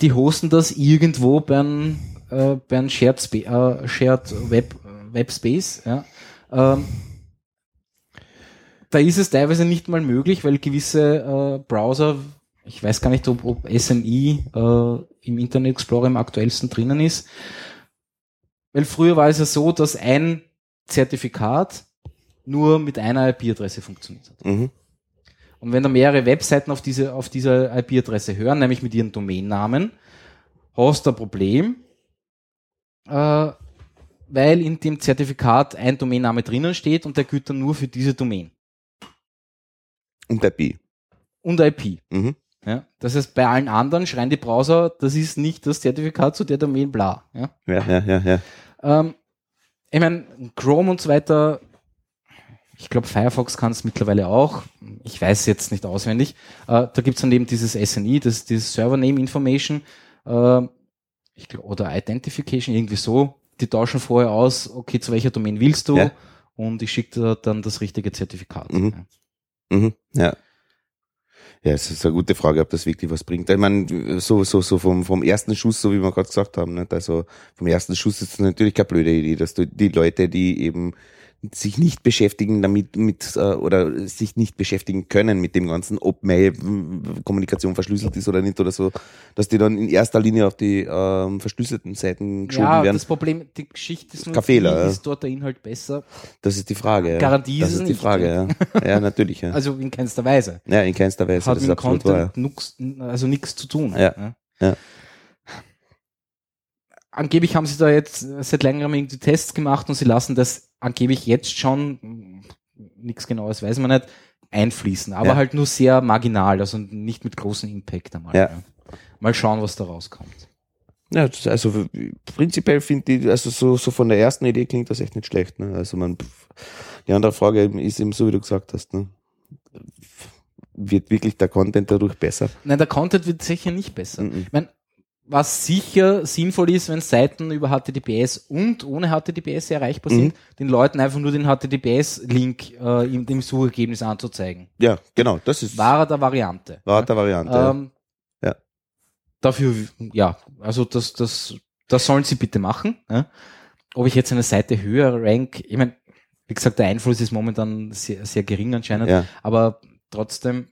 D: die hosten das irgendwo beim, äh, beim Shared, Spa äh, Shared Web, Web Space. Ja. Ähm, da ist es teilweise nicht mal möglich, weil gewisse äh, Browser, ich weiß gar nicht, ob, ob SMI äh, im Internet Explorer im aktuellsten drinnen ist, weil früher war es ja so, dass ein Zertifikat nur mit einer IP-Adresse funktioniert hat.
F: Mhm.
D: Und wenn da mehrere Webseiten auf diese, auf diese IP-Adresse hören, nämlich mit ihren Domainnamen, hast du ein Problem, äh, weil in dem Zertifikat ein Domainname drinnen steht und der gilt dann nur für diese Domain
F: Und der B.
D: und IP.
F: Mhm.
D: Ja? Das heißt, bei allen anderen schreien die Browser, das ist nicht das Zertifikat zu der Domain, bla. Ja?
F: Ja, ja, ja, ja.
D: Ähm, ich meine, Chrome und so weiter, ich glaube, Firefox kann es mittlerweile auch. Ich weiß jetzt nicht auswendig. Äh, da gibt es dann eben dieses SNI, das, dieses Server Name Information äh, ich glaub, oder Identification, irgendwie so. Die tauschen vorher aus, okay, zu welcher Domain willst du?
F: Ja.
D: Und ich schicke dir dann das richtige Zertifikat.
F: Mhm.
D: Ja.
F: Mhm. Ja. Ja, es ist eine gute Frage, ob das wirklich was bringt. Ich meine, so, so, so vom, vom ersten Schuss, so wie wir gerade gesagt haben, nicht? also vom ersten Schuss ist es natürlich keine blöde Idee, dass du die Leute, die eben sich nicht beschäftigen damit mit äh, oder sich nicht beschäftigen können mit dem ganzen, ob Mail-Kommunikation verschlüsselt ist oder nicht oder so, dass die dann in erster Linie auf die ähm, verschlüsselten Seiten geschoben
D: Ja,
F: werden.
D: das Problem, die Geschichte ist nur,
F: Kein Fehler,
D: wie
F: ja.
D: ist dort der Inhalt besser?
F: Das ist die Frage. ja.
D: Garantie ist
F: das
D: es
F: ist die
D: nicht.
F: Frage, ja. Ja, natürlich. Ja,
D: Also in keinster Weise.
F: ja in keinster Weise.
D: hat
F: das
D: mit
F: ist
D: dem
F: absolut
D: Content
F: wahr.
D: nix, also nichts zu tun.
F: Ja, ja.
D: angeblich haben sie da jetzt seit längerem irgendwie Tests gemacht und sie lassen das angeblich jetzt schon, nichts genaues weiß man nicht, einfließen, aber
F: Ja.
D: halt nur sehr marginal, also nicht mit großem Impact einmal.
F: Ja.
D: Mal schauen, was da rauskommt.
F: Ja, das- also prinzipiell finde ich, also so, so von der ersten Idee klingt das echt nicht schlecht. Ne? Also man, pff, die andere Frage eben ist eben so, wie du gesagt hast, ne? wird wirklich der Content dadurch besser?
D: Nein, der Content wird sicher nicht besser.
F: Mhm.
D: Ich meine, was sicher sinnvoll ist, wenn Seiten über HTTPS und ohne HTTPS erreichbar sind,
F: Mhm.
D: den Leuten einfach nur den HTTPS-Link äh, im, im Suchergebnis anzuzeigen.
F: Ja, genau, das ist
D: Wahrer der Variante.
F: war der Variante.
D: Ähm,
F: Ja.
D: Dafür, ja, also das, das, das sollen sie bitte machen. Ne? Ob ich jetzt eine Seite höher rank, ich meine, wie gesagt, der Einfluss ist momentan sehr, sehr gering anscheinend,
F: ja.
D: aber trotzdem,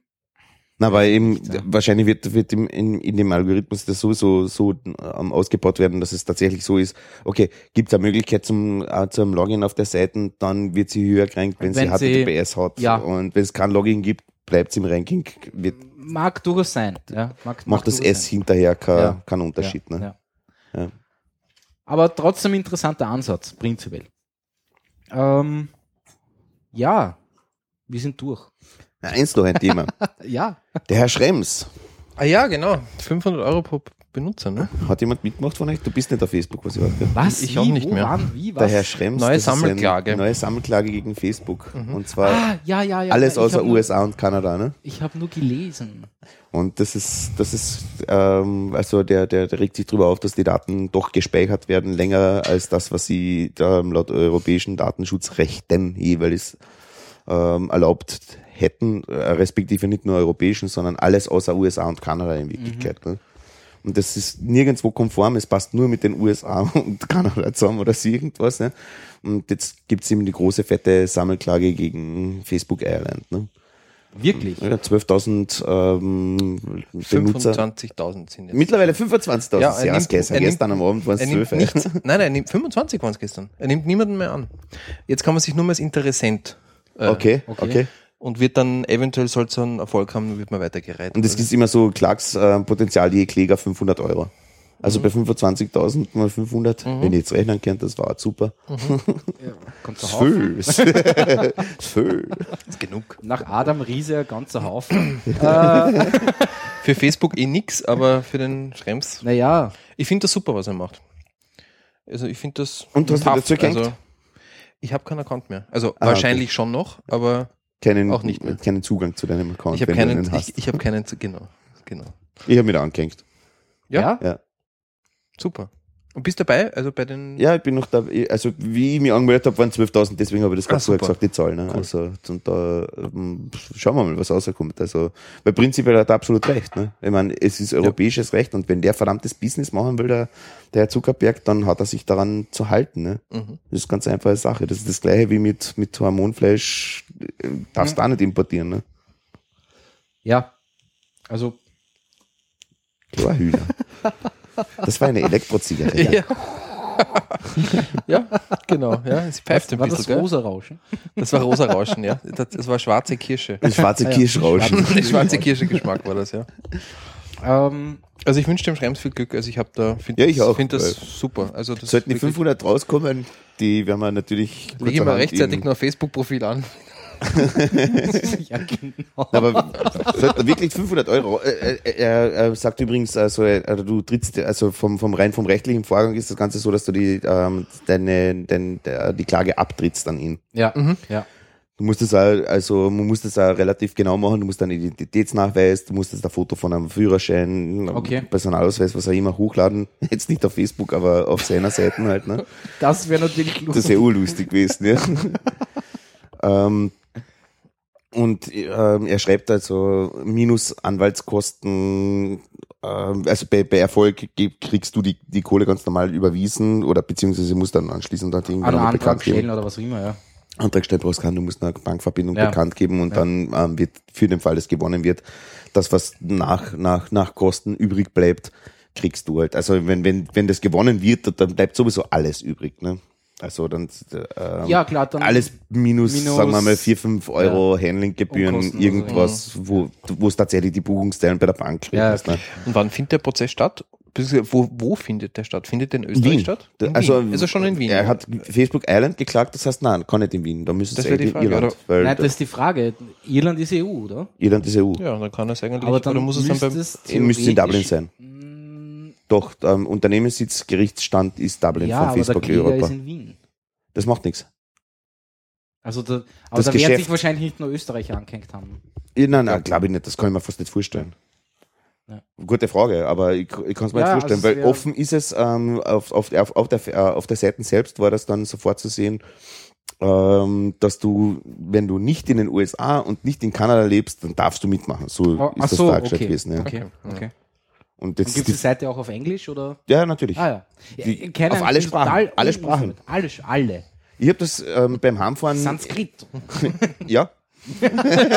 F: Na, weil eben,
D: Ja.
F: wahrscheinlich wird, wird im, in, in dem Algorithmus das sowieso so ähm, ausgebaut werden, dass es tatsächlich so ist, okay, gibt es eine Möglichkeit zum, äh, zum Login auf der Seite, dann wird sie höher gerankt, wenn,
D: Wenn sie-
F: sie HTTPS hat.
D: ja.
F: Und wenn es kein Login gibt, bleibt es im Ranking, wird,
D: mag durchaus sein. Ja, mag, mag
F: macht das
D: durchaus
F: S
D: sein.
F: hinterher keinen
D: Ja.
F: keinen Unterschied.
D: ja,
F: ne?
D: Ja.
F: Ja.
D: Aber trotzdem interessanter Ansatz, prinzipiell. Ähm, ja, wir sind durch.
F: Na, Eins noch ein Thema.
D: Ja,
F: der Herr Schrems,
G: Ah ja, genau. 500 Euro pro Benutzer, ne?
F: hat jemand mitgemacht von euch? Du bist nicht auf Facebook, was ich weiß. gell?
D: was?
G: Ich
D: wie,
G: auch nicht
D: wo,
G: mehr.
D: Wann, wie, was?
F: Der Herr Schrems.
G: Neue
F: das ist ein-
G: Sammelklage.
F: Neue Sammelklage gegen Facebook. Und zwar
D: ah, ja, ja, ja.
F: alles
D: ja, ich
F: außer
D: hab nur-
F: USA und Kanada, ne?
D: Ich habe nur gelesen.
F: Und das ist, das ist, ähm, also der, der, der regt sich darüber auf, dass die Daten doch gespeichert werden, länger als das, was sie da laut europäischen Datenschutzrechten jeweils ähm, erlaubt hätten, äh, respektive nicht nur europäischen, sondern alles außer USA und Kanada in
G: Mhm.
F: Wirklichkeit. Ne? Und das ist nirgendwo konform, es passt nur mit den USA und Kanada zusammen oder so irgendwas. Ne? Und jetzt gibt's eben die große fette Sammelklage gegen Facebook Ireland. Ne?
D: Wirklich?
F: Ja, 12.000 ähm, Benutzer.
G: 25.000 sind jetzt.
F: Mittlerweile 25.000.
G: Ja,
F: Ja,
G: er
F: ja,
G: nimmt-
F: gestern,
G: er nimmt-
F: gestern am Abend waren es
G: Er nimmt
F: 12. ey.
G: nichts. Nein, nein, nimmt 25 waren es gestern. Er nimmt niemanden mehr an. Jetzt kann man sich nur mehr als Interessent äh,
F: Okay, okay,
G: und wird dann eventuell, soll es einen Erfolg haben, wird man weitergereiht.
F: Und es gibt immer so Klags, äh, Potenzial je Kläger 500 Euro.
G: Mhm.
F: Also bei 25.000 mal 500, wenn ihr jetzt rechnen könnt, das war super.
D: Kommt der Haufen.
F: Süß. Süß.
G: ist genug.
D: Nach Adam Riese ein ganzer Haufen.
G: Für Facebook eh nix, aber für den Schrems.
D: naja,
G: Ich finde das super, was er macht. Also ich finde das.
F: Und hast du
G: tough.
F: dazu gehängt?
G: ich habe keinen Account mehr. Also
F: Ah,
G: wahrscheinlich schon noch, aber
F: Keinen,
G: Auch nicht mehr.
F: keinen Zugang zu deinem Account,
G: ich habe
F: wenn du
G: keinen.
F: einen hast.
G: Ich, ich habe keinen. zu- Genau, genau.
F: Ich, habe mich da angehängt.
D: ja.
G: Ja?
F: Ja.
G: Super. Und bist dabei? Also bei den.
F: Ja, ich bin noch da. ich- Also, wie ich mich angemeldet habe, waren 12.000, deswegen habe ich das
G: Ah,
F: gerade vorher
G: super.
F: gesagt, die Zahl. Ne? Also, und da ähm, schauen wir mal, was rauskommt. Also, weil prinzipiell hat er absolut recht. Ne? Ich meine, es ist europäisches Recht und wenn der verdammtes Business machen will, der, der Herr Zuckerberg, dann hat er sich daran zu halten. Ne?
G: Mhm.
F: Das ist ganz einfache Sache. Das ist das gleiche wie mit, mit Hormonfleisch, äh, darfst du auch nicht importieren. Ne?
D: ja. Also,
F: Klar, Hühner. Das war eine Elektrozigarette.
G: Ja, genau. Ja, es pfeift ein
D: war
G: bisschen,
D: das
G: gell?
D: rosa Rauschen?
G: Das war rosa Rauschen, ja. Das, das war schwarze Kirsche.
F: Ein Schwarze Kirschrauschen.
G: Der schwarze Kirsche-Geschmack war das, ja.
D: Ähm,
G: Also ich wünsche dem Schrems viel Glück. Also ich habe da, finde
F: Ja, ich auch,
G: find das
F: weil-
G: super. Also das
F: Sollten die
G: wirklich-
F: 500 rauskommen, die werden wir natürlich.
G: Lege ich mal
F: kurzerhand
G: rechtzeitig
F: eben-
G: noch ein Facebook-Profil an.
D: ja, genau.
F: Aber sollte wirklich 500 Euro. äh, äh, Er äh, sagt übrigens, also, äh, also du trittst, also vom, vom rein vom rechtlichen Vorgang ist das Ganze so, dass du die, ähm, deine, dein, der, die Klage abtrittst an ihn.
D: Ja,
G: Mhm.
D: ja.
F: Du musst das auch, also man muss das auch relativ genau machen, du musst einen Identitätsnachweis, du musst das ein Foto von einem Führerschein,
D: Okay.
F: Personalausweis, was auch immer, hochladen. Jetzt nicht auf Facebook, aber auf seiner Seite halt, ne?
D: Das wäre natürlich
F: Das
D: lustig.
F: wäre urlustig gewesen, ja. ähm, und ähm, er schreibt also minus Anwaltskosten, ähm, also bei, bei Erfolg ge- kriegst du die, die Kohle ganz normal überwiesen oder beziehungsweise musst dann anschließend halt irgendwann
D: An
F: nochmal
D: Antrag
F: bekannt
D: stellen
F: geben.
D: oder was auch immer, ja.
F: Antrag stellen brauchst kann, du musst eine Bankverbindung
D: Ja.
F: bekannt geben und dann ähm, wird für den Fall, dass gewonnen wird, das, was nach, nach, nach Kosten übrig bleibt, kriegst du halt. Also wenn, wenn, wenn das gewonnen wird, dann bleibt sowieso alles übrig, ne? Also dann ähm,
D: Ja, klar, dann.
F: alles minus,
D: minus-
F: sagen wir mal, 4, 5 Euro Handlinggebühren,
D: Unkosten oder so.
F: irgendwas, wo wo es tatsächlich die Buchungsstellen bei der Bank
D: Ja,
F: kriegst. ne?
G: Und wann findet der Prozess statt? beziehungsweise Wo, wo findet der statt? Findet der in Österreich
F: Wien.
G: statt?
F: Da-
G: In
F: Also,
G: Wien. Ist er schon in Wien?
F: Er hat Facebook Island geklagt, das heißt, nein, kann nicht in Wien. Da müssen
G: Das
F: sie
G: wäre die
F: eigentlich in
G: Frage,
F: Irland.
G: oder?
F: Weil
D: Nein, das
F: da-
D: ist die Frage. Irland ist EU, oder?
F: Irland ist EU.
G: ja, dann kann er es eigentlich.
D: Aber dann
G: oder muss es dann beim.
D: müsstest
F: Sie müssen in Dublin
D: theoretisch- Mm,
F: sein. Doch, ähm, Unternehmenssitz, Gerichtsstand ist Dublin
D: Ja,
F: von
D: aber der
F: Facebook
D: Kläger ist
F: Europa.
D: in Wien.
F: Das macht nichts.
D: Also da, aber
F: Das
D: da werden sich
F: Geschäft-
D: wahrscheinlich nicht nur Österreicher angehängt haben.
F: Ja, Nein, nein, glaube ich nicht. Das kann ich mir fast nicht vorstellen.
D: Ja.
F: Gute Frage, aber ich, ich kann es mir
D: Ja,
F: nicht
D: also
F: vorstellen,
D: es
F: weil
D: wär-
F: offen ist es, ähm, auf, auf, auf, auf, der, äh, auf der Seite selbst war das dann sofort zu sehen, ähm, dass du, wenn du nicht in den USA und nicht in Kanada lebst, dann darfst du mitmachen. So
D: Ah, ach
F: ist das
D: so,
F: da dargestellt
D: okay.
F: gewesen. Ja.
D: Okay, okay.
F: Und
D: Und
F: jetzt
D: gibt
F: die,
D: es die Seite auch auf Englisch oder?
F: ja, natürlich.
D: Ah ja. Ja,
F: Die-
D: keine
F: auf
D: Ahnung,
F: alle
D: ich bin
F: Sprachen,
D: total
F: alle
D: unwissen
F: Sprachen.
D: damit. Alle, Sch- alle.
F: Ich habe das ähm, beim Heimfahren.
D: Sanskrit.
F: Ja. Nein, okay,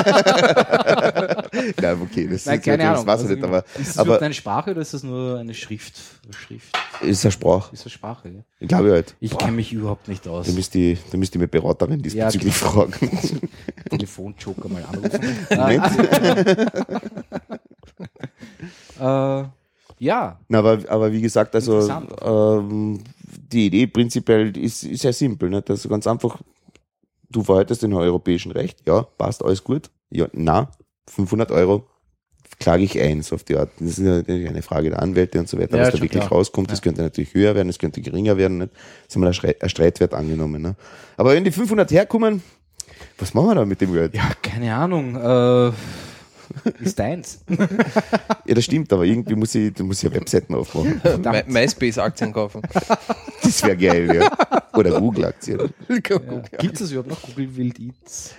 F: das
D: Nein,
F: ist natürlich
D: keine Ahnung.
F: das weiß ich
D: Also,
F: nicht, aber,
D: ist das überhaupt
F: aber
D: eine Sprache oder ist das nur eine Schrift? Schrift.
F: ist eine Sprache.
D: Ist eine Sprache. gell?
F: Ich glaube halt.
D: Ich kenne mich überhaupt nicht aus.
F: Da müsst ihr, da müsst ihr mit Beraterin diesbezüglich fragen.
D: Telefonjoker mal anrufen.
F: Moment.
D: äh, ja,
F: Na, aber, aber wie gesagt, also
D: Interessant.
F: ähm, die Idee prinzipiell ist, ist sehr simpel. Ne? Das ist ganz einfach, du verhaltest den europäischen Recht, ja, passt alles gut. Ja, na, 500 Euro klage ich ein, so auf die Art. Das ist natürlich eine Frage der Anwälte und so weiter,
D: Ja,
F: was da
D: schon
F: wirklich
D: klar.
F: rauskommt. Das könnte natürlich höher werden, das könnte geringer werden. Nicht? Das haben wir da Schrei- als Streitwert angenommen. Ne? Aber wenn die 500 herkommen, was machen wir da mit dem Geld? Ja,
D: keine Ahnung. Äh, ist deins.
F: das stimmt, aber irgendwie muss ich, da muss ich ja Webseiten aufmachen.
G: My- MySpace-Aktien kaufen.
F: Das wäre geil, ja. Oder Google-Aktien.
D: Ja. Gibt es überhaupt noch Google Wild Eats?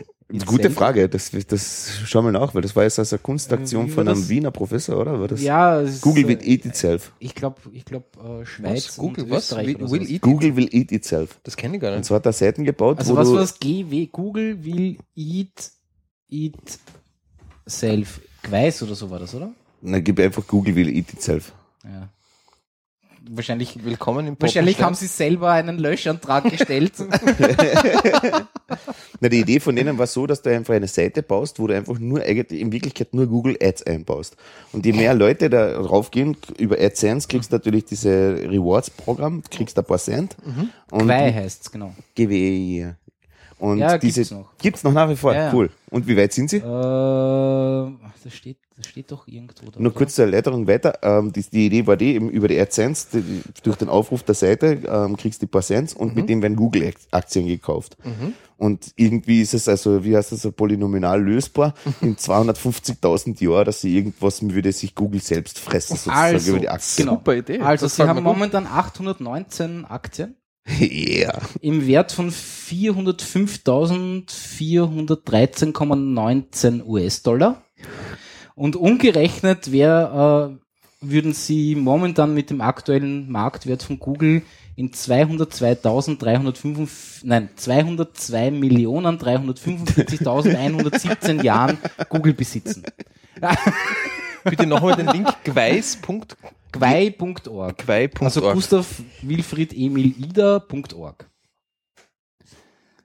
F: Gute
D: Itself?
F: Frage, das, das schauen wir nach, weil das war jetzt also eine Kunstaktion
D: Wie war
F: von einem
D: das?
F: Wiener Professor, oder? War das?
D: Ja, es ist,
F: Google
D: äh,
F: will eat itself.
D: Ich glaube, ich glaub, äh, Schweiz
G: Was? Google,
D: und
G: was?
D: Österreich oder
G: Will, will
D: sowas.
G: eat?
F: Google will eat itself.
G: Das kenne ich gar
F: Und
G: nicht.
F: zwar hat er Seiten gebaut,
D: Also
F: wo
D: was
F: du,
D: war das GW? Google will eat, eat self. Gweiß oder so war das, oder?
F: na, gib einfach Google will eat itself.
D: Ja. Wahrscheinlich,
G: Willkommen im
D: wahrscheinlich haben
G: Poppenstein.
D: sie selber einen Löschantrag gestellt.
F: Na, die Idee von denen war so, dass du einfach eine Seite baust, wo du einfach nur eigentlich in Wirklichkeit nur Google Ads einbaust. Und je mehr Leute da raufgehen, über AdSense kriegst du natürlich diese Rewards-Programm, kriegst da ein paar Cent.
D: Mhm.
F: Und
D: Gwei heißt es, genau.
F: GWE. Und
D: Ja,
F: diese
D: gibt's noch.
F: Gibt's noch nach wie vor.
D: Ja, ja.
F: Cool. Und wie weit sind sie?
D: Äh, das, steht, das steht doch irgendwo da.
F: Nur
D: oder?
F: kurz zur Erläuterung weiter. Ähm, die, die Idee war die, eben über die AdSense, die- die, durch den Aufruf der Seite ähm, kriegst du die paar Cents und
D: Mhm.
F: mit dem werden Google-Aktien gekauft. Und irgendwie ist es also, wie heißt das, so polynomial lösbar
D: Mhm.
F: in 250.000 Jahren, dass sie irgendwas würde sich Google selbst fressen, sozusagen
D: Also,
F: über die Aktien.
D: genau.
E: Super Idee.
D: Also,
E: Das
D: sie
E: gefällt
D: haben
E: mir gut.
D: momentan 819 Aktien
F: Yeah.
D: im Wert von 405.413,19 US-Dollar. Und umgerechnet wär, äh, würden sie momentan mit dem aktuellen Marktwert von Google in 202.345, nein, 202.345.117 Jahren Google besitzen.
G: Bitte nochmal den Link gweiß.gwei.org.
D: Quai.org. Also Gustav Wilfried Emil Ida.org.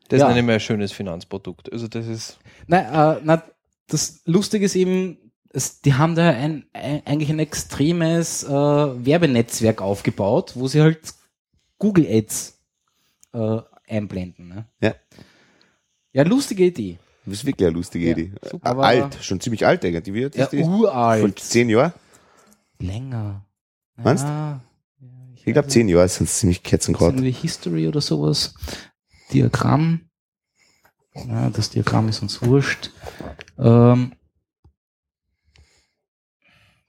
G: Das
D: Ja.
G: ist nicht mehr ein schönes Finanzprodukt. Also das ist
D: Nein, äh, na, das Lustige ist eben, es, die haben da ein, ein, eigentlich ein extremes äh, Werbenetzwerk aufgebaut, wo sie halt Google Ads äh, einblenden. Ne?
F: Ja.
D: Ja, lustige Idee.
F: Das ist wirklich eine lustige
D: Ja,
F: Idee.
D: super.
F: Äh, alt, schon ziemlich alt eigentlich. Wie alt
D: Ja,
F: ist die? Von
D: uralt.
F: zehn Jahren?
D: Länger.
F: Meinst?
D: Ah,
F: Ich glaube zehn Jahre sind es ziemlich
D: Ist
F: ketzengrad.
D: irgendwie History oder sowas. Diagramm. Ja, das Diagramm ist uns wurscht. Ähm,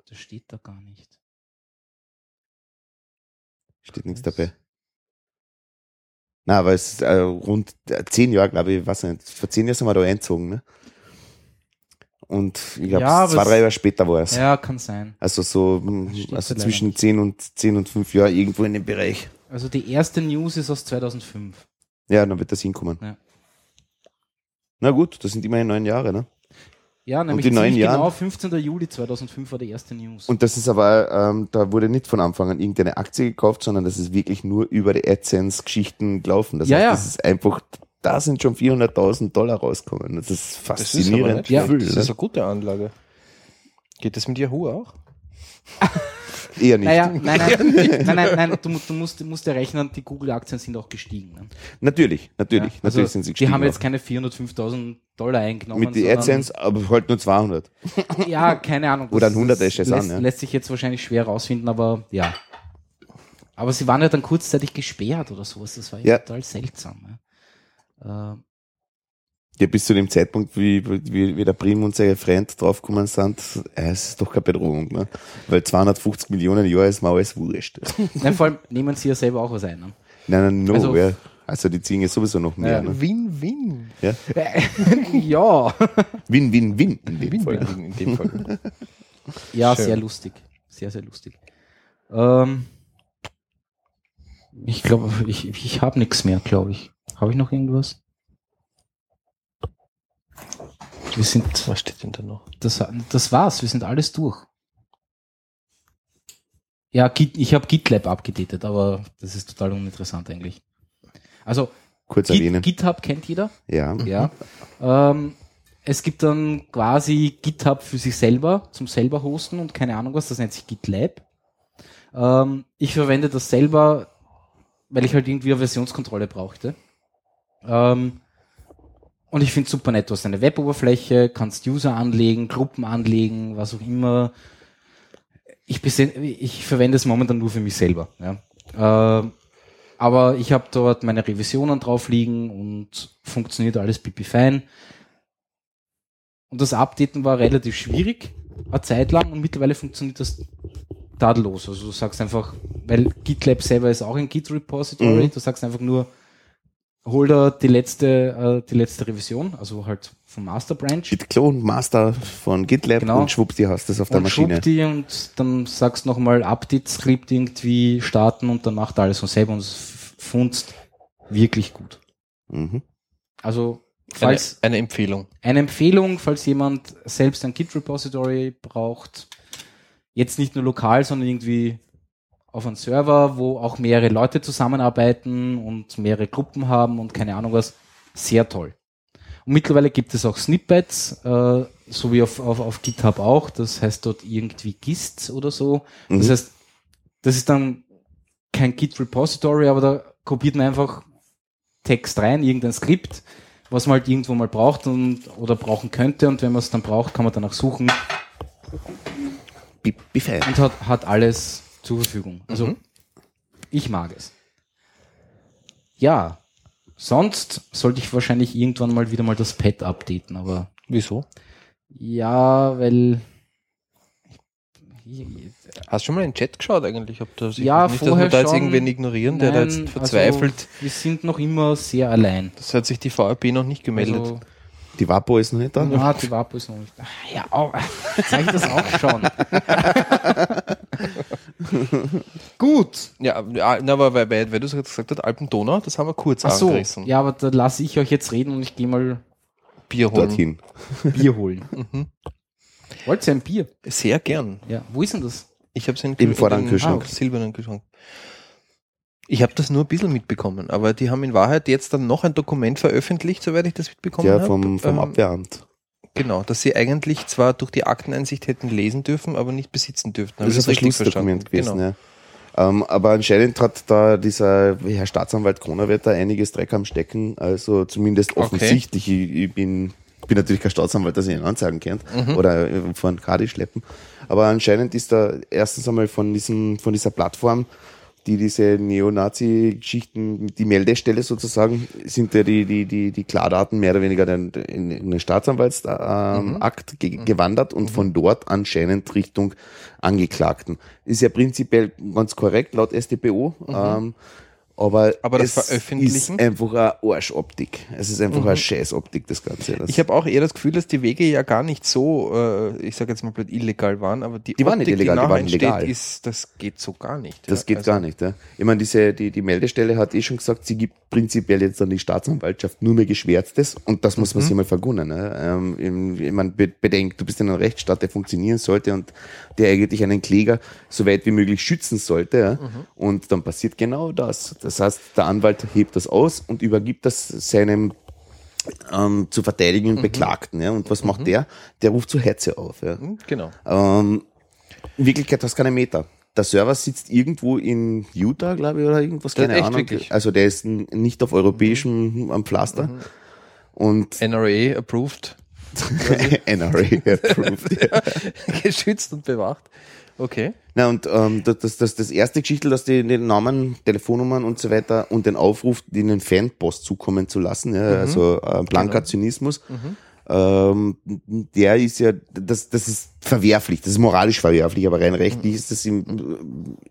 D: das steht da gar nicht.
F: Steht nichts dabei. Na, aber es ist äh, rund zehn Jahre, glaube ich, weiß nicht. Vor zehn Jahren sind wir da eingezogen, ne? Und ich glaube,
D: Ja, aber
F: zwei,
D: es-
F: drei Jahre später war es.
D: Ja, kann sein.
F: Also so, mh,
D: Steht da
F: also
D: leider
F: zwischen
D: nicht.
F: zehn und zehn und fünf Jahren irgendwo in dem Bereich.
D: Also die erste News ist aus 2005.
F: Ja, dann wird das hinkommen.
D: Ja.
F: Na gut, das sind immerhin neun Jahre, ne?
D: Ja, nämlich
F: die neuen
D: ziemlich
F: Jahren?
D: genau 15. Juli 2005 war die erste News.
F: Und das ist aber, ähm, da wurde nicht von Anfang an irgendeine Aktie gekauft, sondern das ist wirklich nur über die AdSense-Geschichten gelaufen. Das
D: Ja,
F: heißt,
D: ja.
F: das ist einfach, da sind schon 400.000 Dollar rausgekommen. Das ist faszinierend.
G: ja,
F: viel,
G: das
F: ne?
G: ist eine gute Anlage. Geht das mit Yahoo auch?
F: Eher nicht.
D: Naja, nein, nein, nein, nein, nein du, mu- du musst, du musst ja rechnen, die Google-Aktien sind auch gestiegen. Ne?
F: Natürlich, natürlich,
D: Ja,
F: natürlich
D: also
F: sind sie
D: Die
F: gestiegen.
D: haben jetzt
F: auch.
D: keine 405.000 Dollar eingenommen.
F: mit die
D: sondern-
F: AdSense, aber halt nur 200.
D: Ja, keine Ahnung.
F: Oder ein
D: Das-
F: Hunderter ist
D: das
F: es an,
D: lässt,
F: ja.
D: lässt sich jetzt wahrscheinlich schwer rausfinden, aber ja. Aber sie waren ja dann kurzzeitig gesperrt oder sowas. Das war ja.
F: Ja.
D: total seltsam. Ne?
F: Ja, bis zu dem Zeitpunkt, wie, wie, wie der Prim und sein Freund draufgekommen sind, äh, es ist doch keine Bedrohung, ne? Weil 250 Millionen im Jahr ist mir alles wurscht.
D: Äh, nein, vor allem nehmen sie ja selber auch was ein. Ne?
F: Nein, nein, no,
D: Also-
F: also, ja. Also die ziehen ja sowieso noch mehr.
D: Ja.
F: Ne?
G: Win-Win.
D: ja.
F: Win, win, win in dem Fall.
G: Win-Win in dem Fall.
D: Ja,
G: Schön.
D: sehr lustig. Sehr, sehr lustig. Ähm, ich glaube, ich, ich habe nichts mehr, glaube ich. Habe ich noch irgendwas? Wir sind,
G: Was steht denn da noch?
D: das, das war's, wir sind alles durch. Ja, Git, ich habe GitLab abgedatet, aber das ist total uninteressant eigentlich. Also,
F: Kurz erwähnen. Mhm.
D: Git, GitHub kennt jeder.
F: Ja.
D: Ja. Ähm, es gibt dann quasi GitHub für sich selber, zum selber hosten und keine Ahnung was, das nennt sich GitLab. Ähm, ich verwende das selber, weil ich halt irgendwie eine Versionskontrolle brauchte. Ähm, und ich finde super nett, du hast eine Weboberfläche, kannst User anlegen, Gruppen anlegen, was auch immer. Ich, bese- ich verwende es momentan nur für mich selber. Ja. Ähm, aber ich habe dort meine Revisionen drauf liegen und funktioniert alles pipi-fein. Und das Updaten war relativ schwierig, eine Zeit lang, und mittlerweile funktioniert das tadellos. Also du sagst einfach, weil GitLab selber ist auch ein Git-Repository,
F: Mhm.
D: du sagst einfach nur, hol da die letzte, äh, die letzte Revision, also halt vom Master Branch.
F: Git Clone Master von GitLab
D: Genau.
F: und schwupp, die hast das auf der
D: und
F: Maschine.
D: schub die und dann sagst nochmal Update-Skript irgendwie starten und dann macht alles von selber und es funzt wirklich gut.
F: Mhm.
D: Also,
G: Eine,
D: falls
G: eine Empfehlung.
D: eine Empfehlung, falls jemand selbst ein Git-Repository braucht, jetzt nicht nur lokal, sondern irgendwie auf einen Server, wo auch mehrere Leute zusammenarbeiten und mehrere Gruppen haben und keine Ahnung was, sehr toll. Und mittlerweile gibt es auch Snippets, äh, so wie auf, auf, auf GitHub auch, das heißt dort irgendwie Gist oder so. Das
F: Mhm.
D: heißt, das ist dann kein Git-Repository, aber da kopiert man einfach Text rein, irgendein Skript, was man halt irgendwo mal braucht und, oder brauchen könnte. Und wenn man es dann braucht, kann man danach suchen
F: Pipi fein.
D: und hat, hat alles zur Verfügung. Also
G: Mhm.
D: ich mag es. Ja, sonst sollte ich wahrscheinlich irgendwann mal wieder mal das Pad updaten, aber
G: Wieso?
D: ja, weil
G: Hast du schon mal in den Chat geschaut eigentlich? Ob da, ich
D: Ja,
G: weiß nicht, dass wir
D: vorher
G: da jetzt
D: schon.
G: irgendwen ignorieren, der da
D: Nein,
G: jetzt verzweifelt.
D: Also, wir sind noch immer sehr allein.
G: das hat sich die VRP noch nicht gemeldet.
D: Also,
F: Die Vapo ist noch nicht da.
D: na, die Wapo ist noch nicht. Ah, Ja, au, sag ich das auch schon. Gut.
G: Ja, ja, na, aber weil, weil, weil du es jetzt gesagt hast, Alpen-Donau, das haben wir kurz
D: Ach so.
G: angerissen.
D: Ja, aber da lasse ich euch jetzt reden und ich gehe mal
G: Bier holen.
F: Dorthin.
D: Bier holen.
G: Mhm.
D: Wollt ihr ein Bier?
G: Sehr gern.
D: Ja. Wo ist denn das?
G: Ich habe es in,
F: Im
G: in
F: vorderen
G: den
F: Kühlschrank.
G: Ah, okay. silbernen Kühlschrank. Ich habe das nur ein bisschen mitbekommen, aber die haben in Wahrheit jetzt dann noch ein Dokument veröffentlicht, soweit ich das mitbekommen
F: Ja,
G: habe.
F: vom, vom
G: Ähm,
F: Abwehramt.
G: Genau, dass sie eigentlich zwar durch die Akteneinsicht hätten lesen dürfen, aber nicht besitzen dürften. Hab
F: Das
G: ich
F: ist ein
G: richtig
F: Verschlussdokument
G: verstanden? Genau.
F: gewesen, ja. Ähm, aber anscheinend hat da dieser Herr Staatsanwalt Kronawetter einiges Dreck am Stecken, also zumindest offensichtlich. Ich, ich bin, bin natürlich kein Staatsanwalt, dass ich ihn anzeigen kann
G: Mhm.
F: oder äh, vor einen Kadi schleppen. Aber anscheinend ist da erstens einmal von, diesem, von dieser Plattform, die diese Neonazi-Geschichten, die Meldestelle sozusagen, sind ja die, die, die, die Klardaten mehr oder weniger dann in, in den Staatsanwaltsakt
G: Mhm.
F: ähm, Akt ge gewandert und von dort anscheinend Richtung Angeklagten. Ist ja prinzipiell ganz korrekt laut StPO. Ähm, aber,
G: Mhm. Aber das
F: es
G: Veröffentlichen?
F: ist einfach eine Arschoptik. Es ist einfach eine Scheißoptik, das Ganze. Das
G: Ich habe auch eher das Gefühl, dass die Wege ja gar nicht so, äh, ich sage jetzt mal blöd, illegal waren, aber die,
F: Die waren nicht illegal, die
G: nachher
F: waren
G: entsteht,
F: legal.
G: ist, das geht so gar nicht.
F: Das geht gar nicht. Ja. Ich meine, diese, die, die Meldestelle hat eh schon gesagt, sie gibt prinzipiell jetzt an die Staatsanwaltschaft nur mehr Geschwärztes und das muss man sich mal vergunnen. Ne. Ähm, im- ich meine, be bedenkt, du bist in einem Rechtsstaat, der funktionieren sollte und der eigentlich einen Kläger so weit wie möglich schützen sollte. Ja. Und dann passiert genau das. Das heißt, der Anwalt hebt das aus und übergibt das seinem ähm, zu verteidigenden Beklagten. Ja. Und was macht der? Der ruft zur Hetze auf. Ja. Also
G: nicht. Genau.
F: Ähm, in Wirklichkeit hast du keine Meter. der Server sitzt irgendwo in Utah, glaube ich, oder irgendwas,
G: Das ist
F: keine
G: echt
F: Ahnung.
G: wirklich. Mhm.
F: Also der ist n- nicht auf europäischem am Pflaster. Und
G: NRA approved,
F: NRA approved. ja.
G: geschützt und bewacht. Okay.
F: Na und ähm, das, das, das, das erste Geschichte, dass die den Namen, Telefonnummern und so weiter und den Aufruf, den den Fanpost zukommen zu lassen, ja, also äh, blanker Zynismus, ähm, der ist ja, das, das ist verwerflich, das ist moralisch verwerflich, aber rein rechtlich ist das in,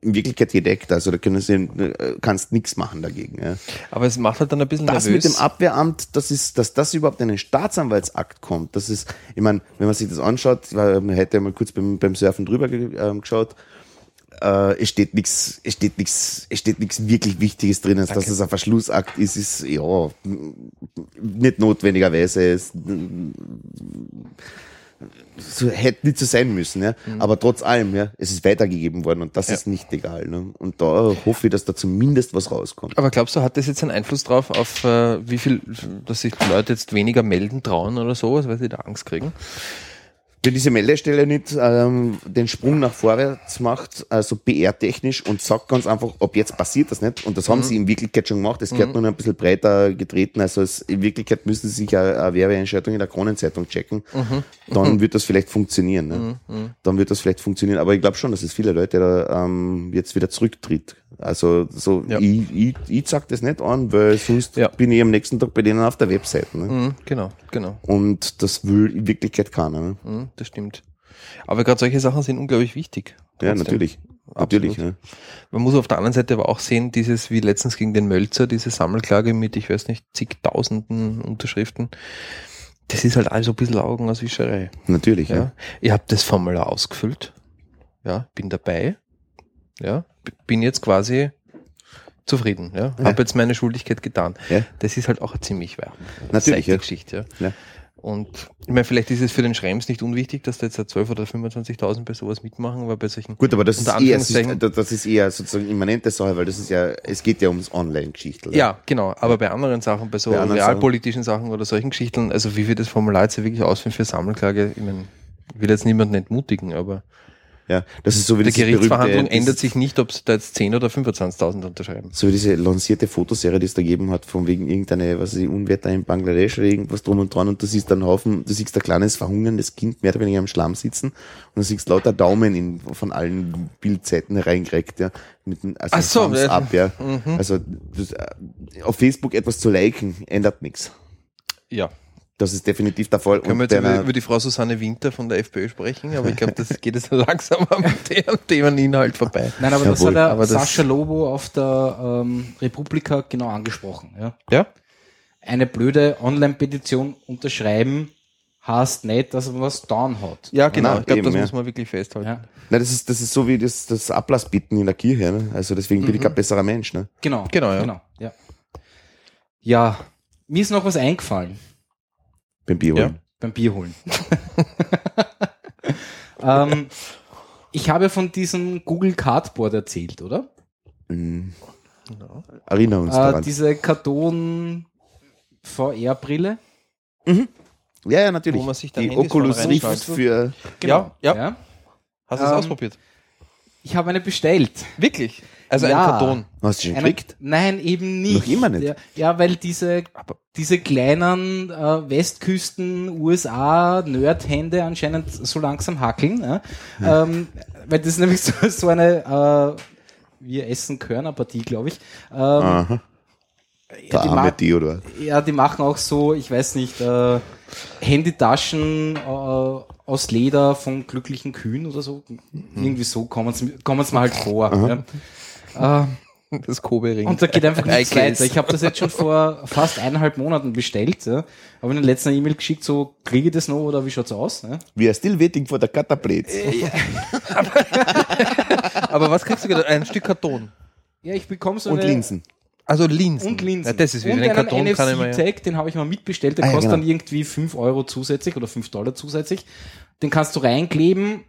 F: in Wirklichkeit gedeckt, also da können sie, äh, kannst nichts machen dagegen. Ja.
G: Aber es macht halt dann ein bisschen
F: Das
G: nervös.
F: mit dem Abwehramt, das ist, dass das überhaupt in den Staatsanwaltsakt kommt, das ist, ich meine, wenn man sich das anschaut, weil man hätte ja mal kurz beim, beim Surfen drüber ge, ähm, geschaut, äh, es steht nichts, es steht nichts, es steht nichts wirklich Wichtiges drin, als dass es ein Verschlussakt ist, ist ja m- nicht notwendigerweise. Es, m- so, hätte nicht so sein müssen, ja. Aber trotz allem, ja, es ist weitergegeben worden und das ist nicht egal. Ne? Und da hoffe ich, dass da zumindest was rauskommt.
G: Aber glaubst du, hat das jetzt einen Einfluss drauf, auf äh, wie viel, dass sich die Leute jetzt weniger melden trauen oder sowas, weil sie da Angst kriegen?
F: Wenn diese Meldestelle nicht ähm, den Sprung nach vorwärts macht, also PR-technisch und sagt ganz einfach, ob jetzt passiert das nicht. Und das
G: Mhm.
F: haben sie in Wirklichkeit schon gemacht. Es gehört nur noch ein bisschen breiter getreten. Also es, in Wirklichkeit müssen sie sich eine, eine Werbeentscheidung in der Kronenzeitung checken.
G: Mhm.
F: Dann wird das vielleicht funktionieren. Ne? Dann wird das vielleicht funktionieren. Aber ich glaube schon, dass es viele Leute da ähm, jetzt wieder zurücktritt. Also so,
G: Ja.
F: ich, ich, ich sag das nicht an, weil sonst
G: Ja.
F: bin ich am nächsten Tag bei denen auf der Webseite. Ne?
G: Mhm, genau, genau.
F: Und das will in Wirklichkeit keiner. Ne?
G: Mhm, das stimmt. Aber gerade solche Sachen sind unglaublich wichtig.
F: Ja,
G: Trotzdem.
F: natürlich. Natürlich. Ne?
G: Man muss auf der anderen Seite aber auch sehen, dieses, wie letztens gegen den Mölzer, diese Sammelklage mit, ich weiß nicht, zigtausenden Unterschriften, das ist halt also ein bisschen Augen aus Wischerei.
F: Natürlich,
G: Ja.
F: ja.
G: Ich habe das Formular ausgefüllt. Ja, bin dabei. Ja, b- bin jetzt quasi zufrieden. Ja,
F: Ja.
G: habe jetzt meine Schuldigkeit getan.
F: Ja.
G: Das ist halt auch eine ziemlich weit.
F: Natürlich, ja.
G: Geschichte. Ja.
F: Ja.
G: Und ich meine, vielleicht ist es für den Schrems nicht unwichtig, dass da jetzt 12 oder 25.000 bei sowas mitmachen, aber bei solchen
F: Gut, aber das ist,
G: Unter
F: eher, es
G: Anführungszeichen.
F: ist, das ist eher sozusagen immanente Sache, weil das ist ja, es geht ja ums Online-Geschichte. oder?
G: Ja, genau. Aber bei anderen Sachen, bei so
F: Bei anderen
G: realpolitischen Sachen. oder solchen Geschichten, also wie wir das Formular jetzt wirklich ausführen für Sammelklage, ich meine, ich will jetzt niemanden entmutigen, aber
F: ja. Das ist so wie
G: die
F: dieses
G: Gerichtsverhandlung
F: berühmte-
G: ändert sich nicht, ob es da jetzt 10 oder 25.000 unterschreiben.
F: So wie diese lancierte Fotoserie, die es da gegeben hat, von wegen irgendeine, was weiß ich, Unwetter in Bangladesch oder irgendwas drum und dran und du siehst dann einen Haufen, du siehst ein kleines, verhungerndes Kind mehr oder weniger im Schlamm sitzen und du siehst lauter Daumen in, von allen Bildseiten reingereckt, ja. Mit, dem- also
G: Ach so,
F: Thumbs
G: ja. Mhm.
F: up, ja. Also, das, äh, auf Facebook etwas zu liken ändert nichts.
G: Ja.
F: Das ist definitiv der Fall.
G: Können wir
F: Und
G: jetzt
F: deiner-
G: über, über die Frau Susanne Winter von der FPÖ sprechen, aber ich glaube, das geht jetzt langsam am The- am Themeninhalt vorbei.
D: Nein, aber das
F: Jawohl,
D: hat der
G: aber das-
D: Sascha Lobo auf der ähm, Republika genau angesprochen. Ja?
G: Ja?
D: Eine blöde Online-Petition unterschreiben heißt nicht, dass man was down hat.
G: Ja, genau.
F: Na,
G: ich glaube, das
F: eben, ja.
G: muss man wirklich festhalten.
D: Ja,
F: Na, das ist, das ist so wie das, das Ablassbitten in der Kirche, ne? Also deswegen
G: Mhm.
F: bin ich kein besserer Mensch, ne?
D: genau.
G: Genau, ja.
D: genau ja. ja, mir ist noch was eingefallen.
F: Beim Bier holen.
D: beim Bier holen. ähm, ich habe von diesem Google Cardboard erzählt, oder?
F: Mhm. Erinnere uns
D: Äh,
F: daran.
D: diese Karton VR-Brille.
F: Ja, ja, natürlich.
G: Wo man sich dann
F: die
G: Handys vorne
F: Oculus Rift
G: reinschaltet.
F: für.
G: Genau. Ja, ja. Hast du es
D: genau. Ähm,
G: ausprobiert?
D: Ich habe eine bestellt.
G: Wirklich? Also
D: ja.
G: ein Karton.
F: Hast du schon
D: Eine-
F: gekriegt?
D: Nein, eben nicht.
F: Noch immer nicht?
D: Ja, ja weil diese, diese kleinen äh, Westküsten-USA-Nerd-Hände anscheinend so langsam hackeln. Ne? Ähm, weil das ist nämlich so, so eine, äh, wir essen Körnerpartie, glaube ich. Ähm,
F: Aha. Der
D: die
F: arme
D: Mar-
F: Theodor.
D: Ja, die machen auch so, ich weiß nicht, äh, Handytaschen äh, aus Leder von glücklichen Kühen oder so. Irgendwie so kommen sie mir halt vor. Ja. Äh,
G: Das Kobe-Ring.
D: und da geht einfach nichts
G: I guess.
D: weiter. Ich habe das jetzt schon vor fast eineinhalb Monaten bestellt. Ja. Habe in den letzten E-Mail geschickt, so kriege ich das noch oder wie schaut's aus? Ne?
F: We are still waiting for the cutter plates.
G: Aber was kriegst du gerade? Ein Stück Karton.
D: Ja, ich bekomme so
F: Und
D: eine,
F: Linsen.
G: Also Linsen.
D: Und Linsen.
G: Ja, das ist wieder
D: und
G: ein Karton,
D: einen
G: kann ich mal.
D: NFC-Tag, den habe ich mal mitbestellt, der
F: Ah, ja,
D: kostet
F: genau.
D: dann irgendwie 5 Euro zusätzlich oder 5 Dollar zusätzlich. Den kannst du reinkleben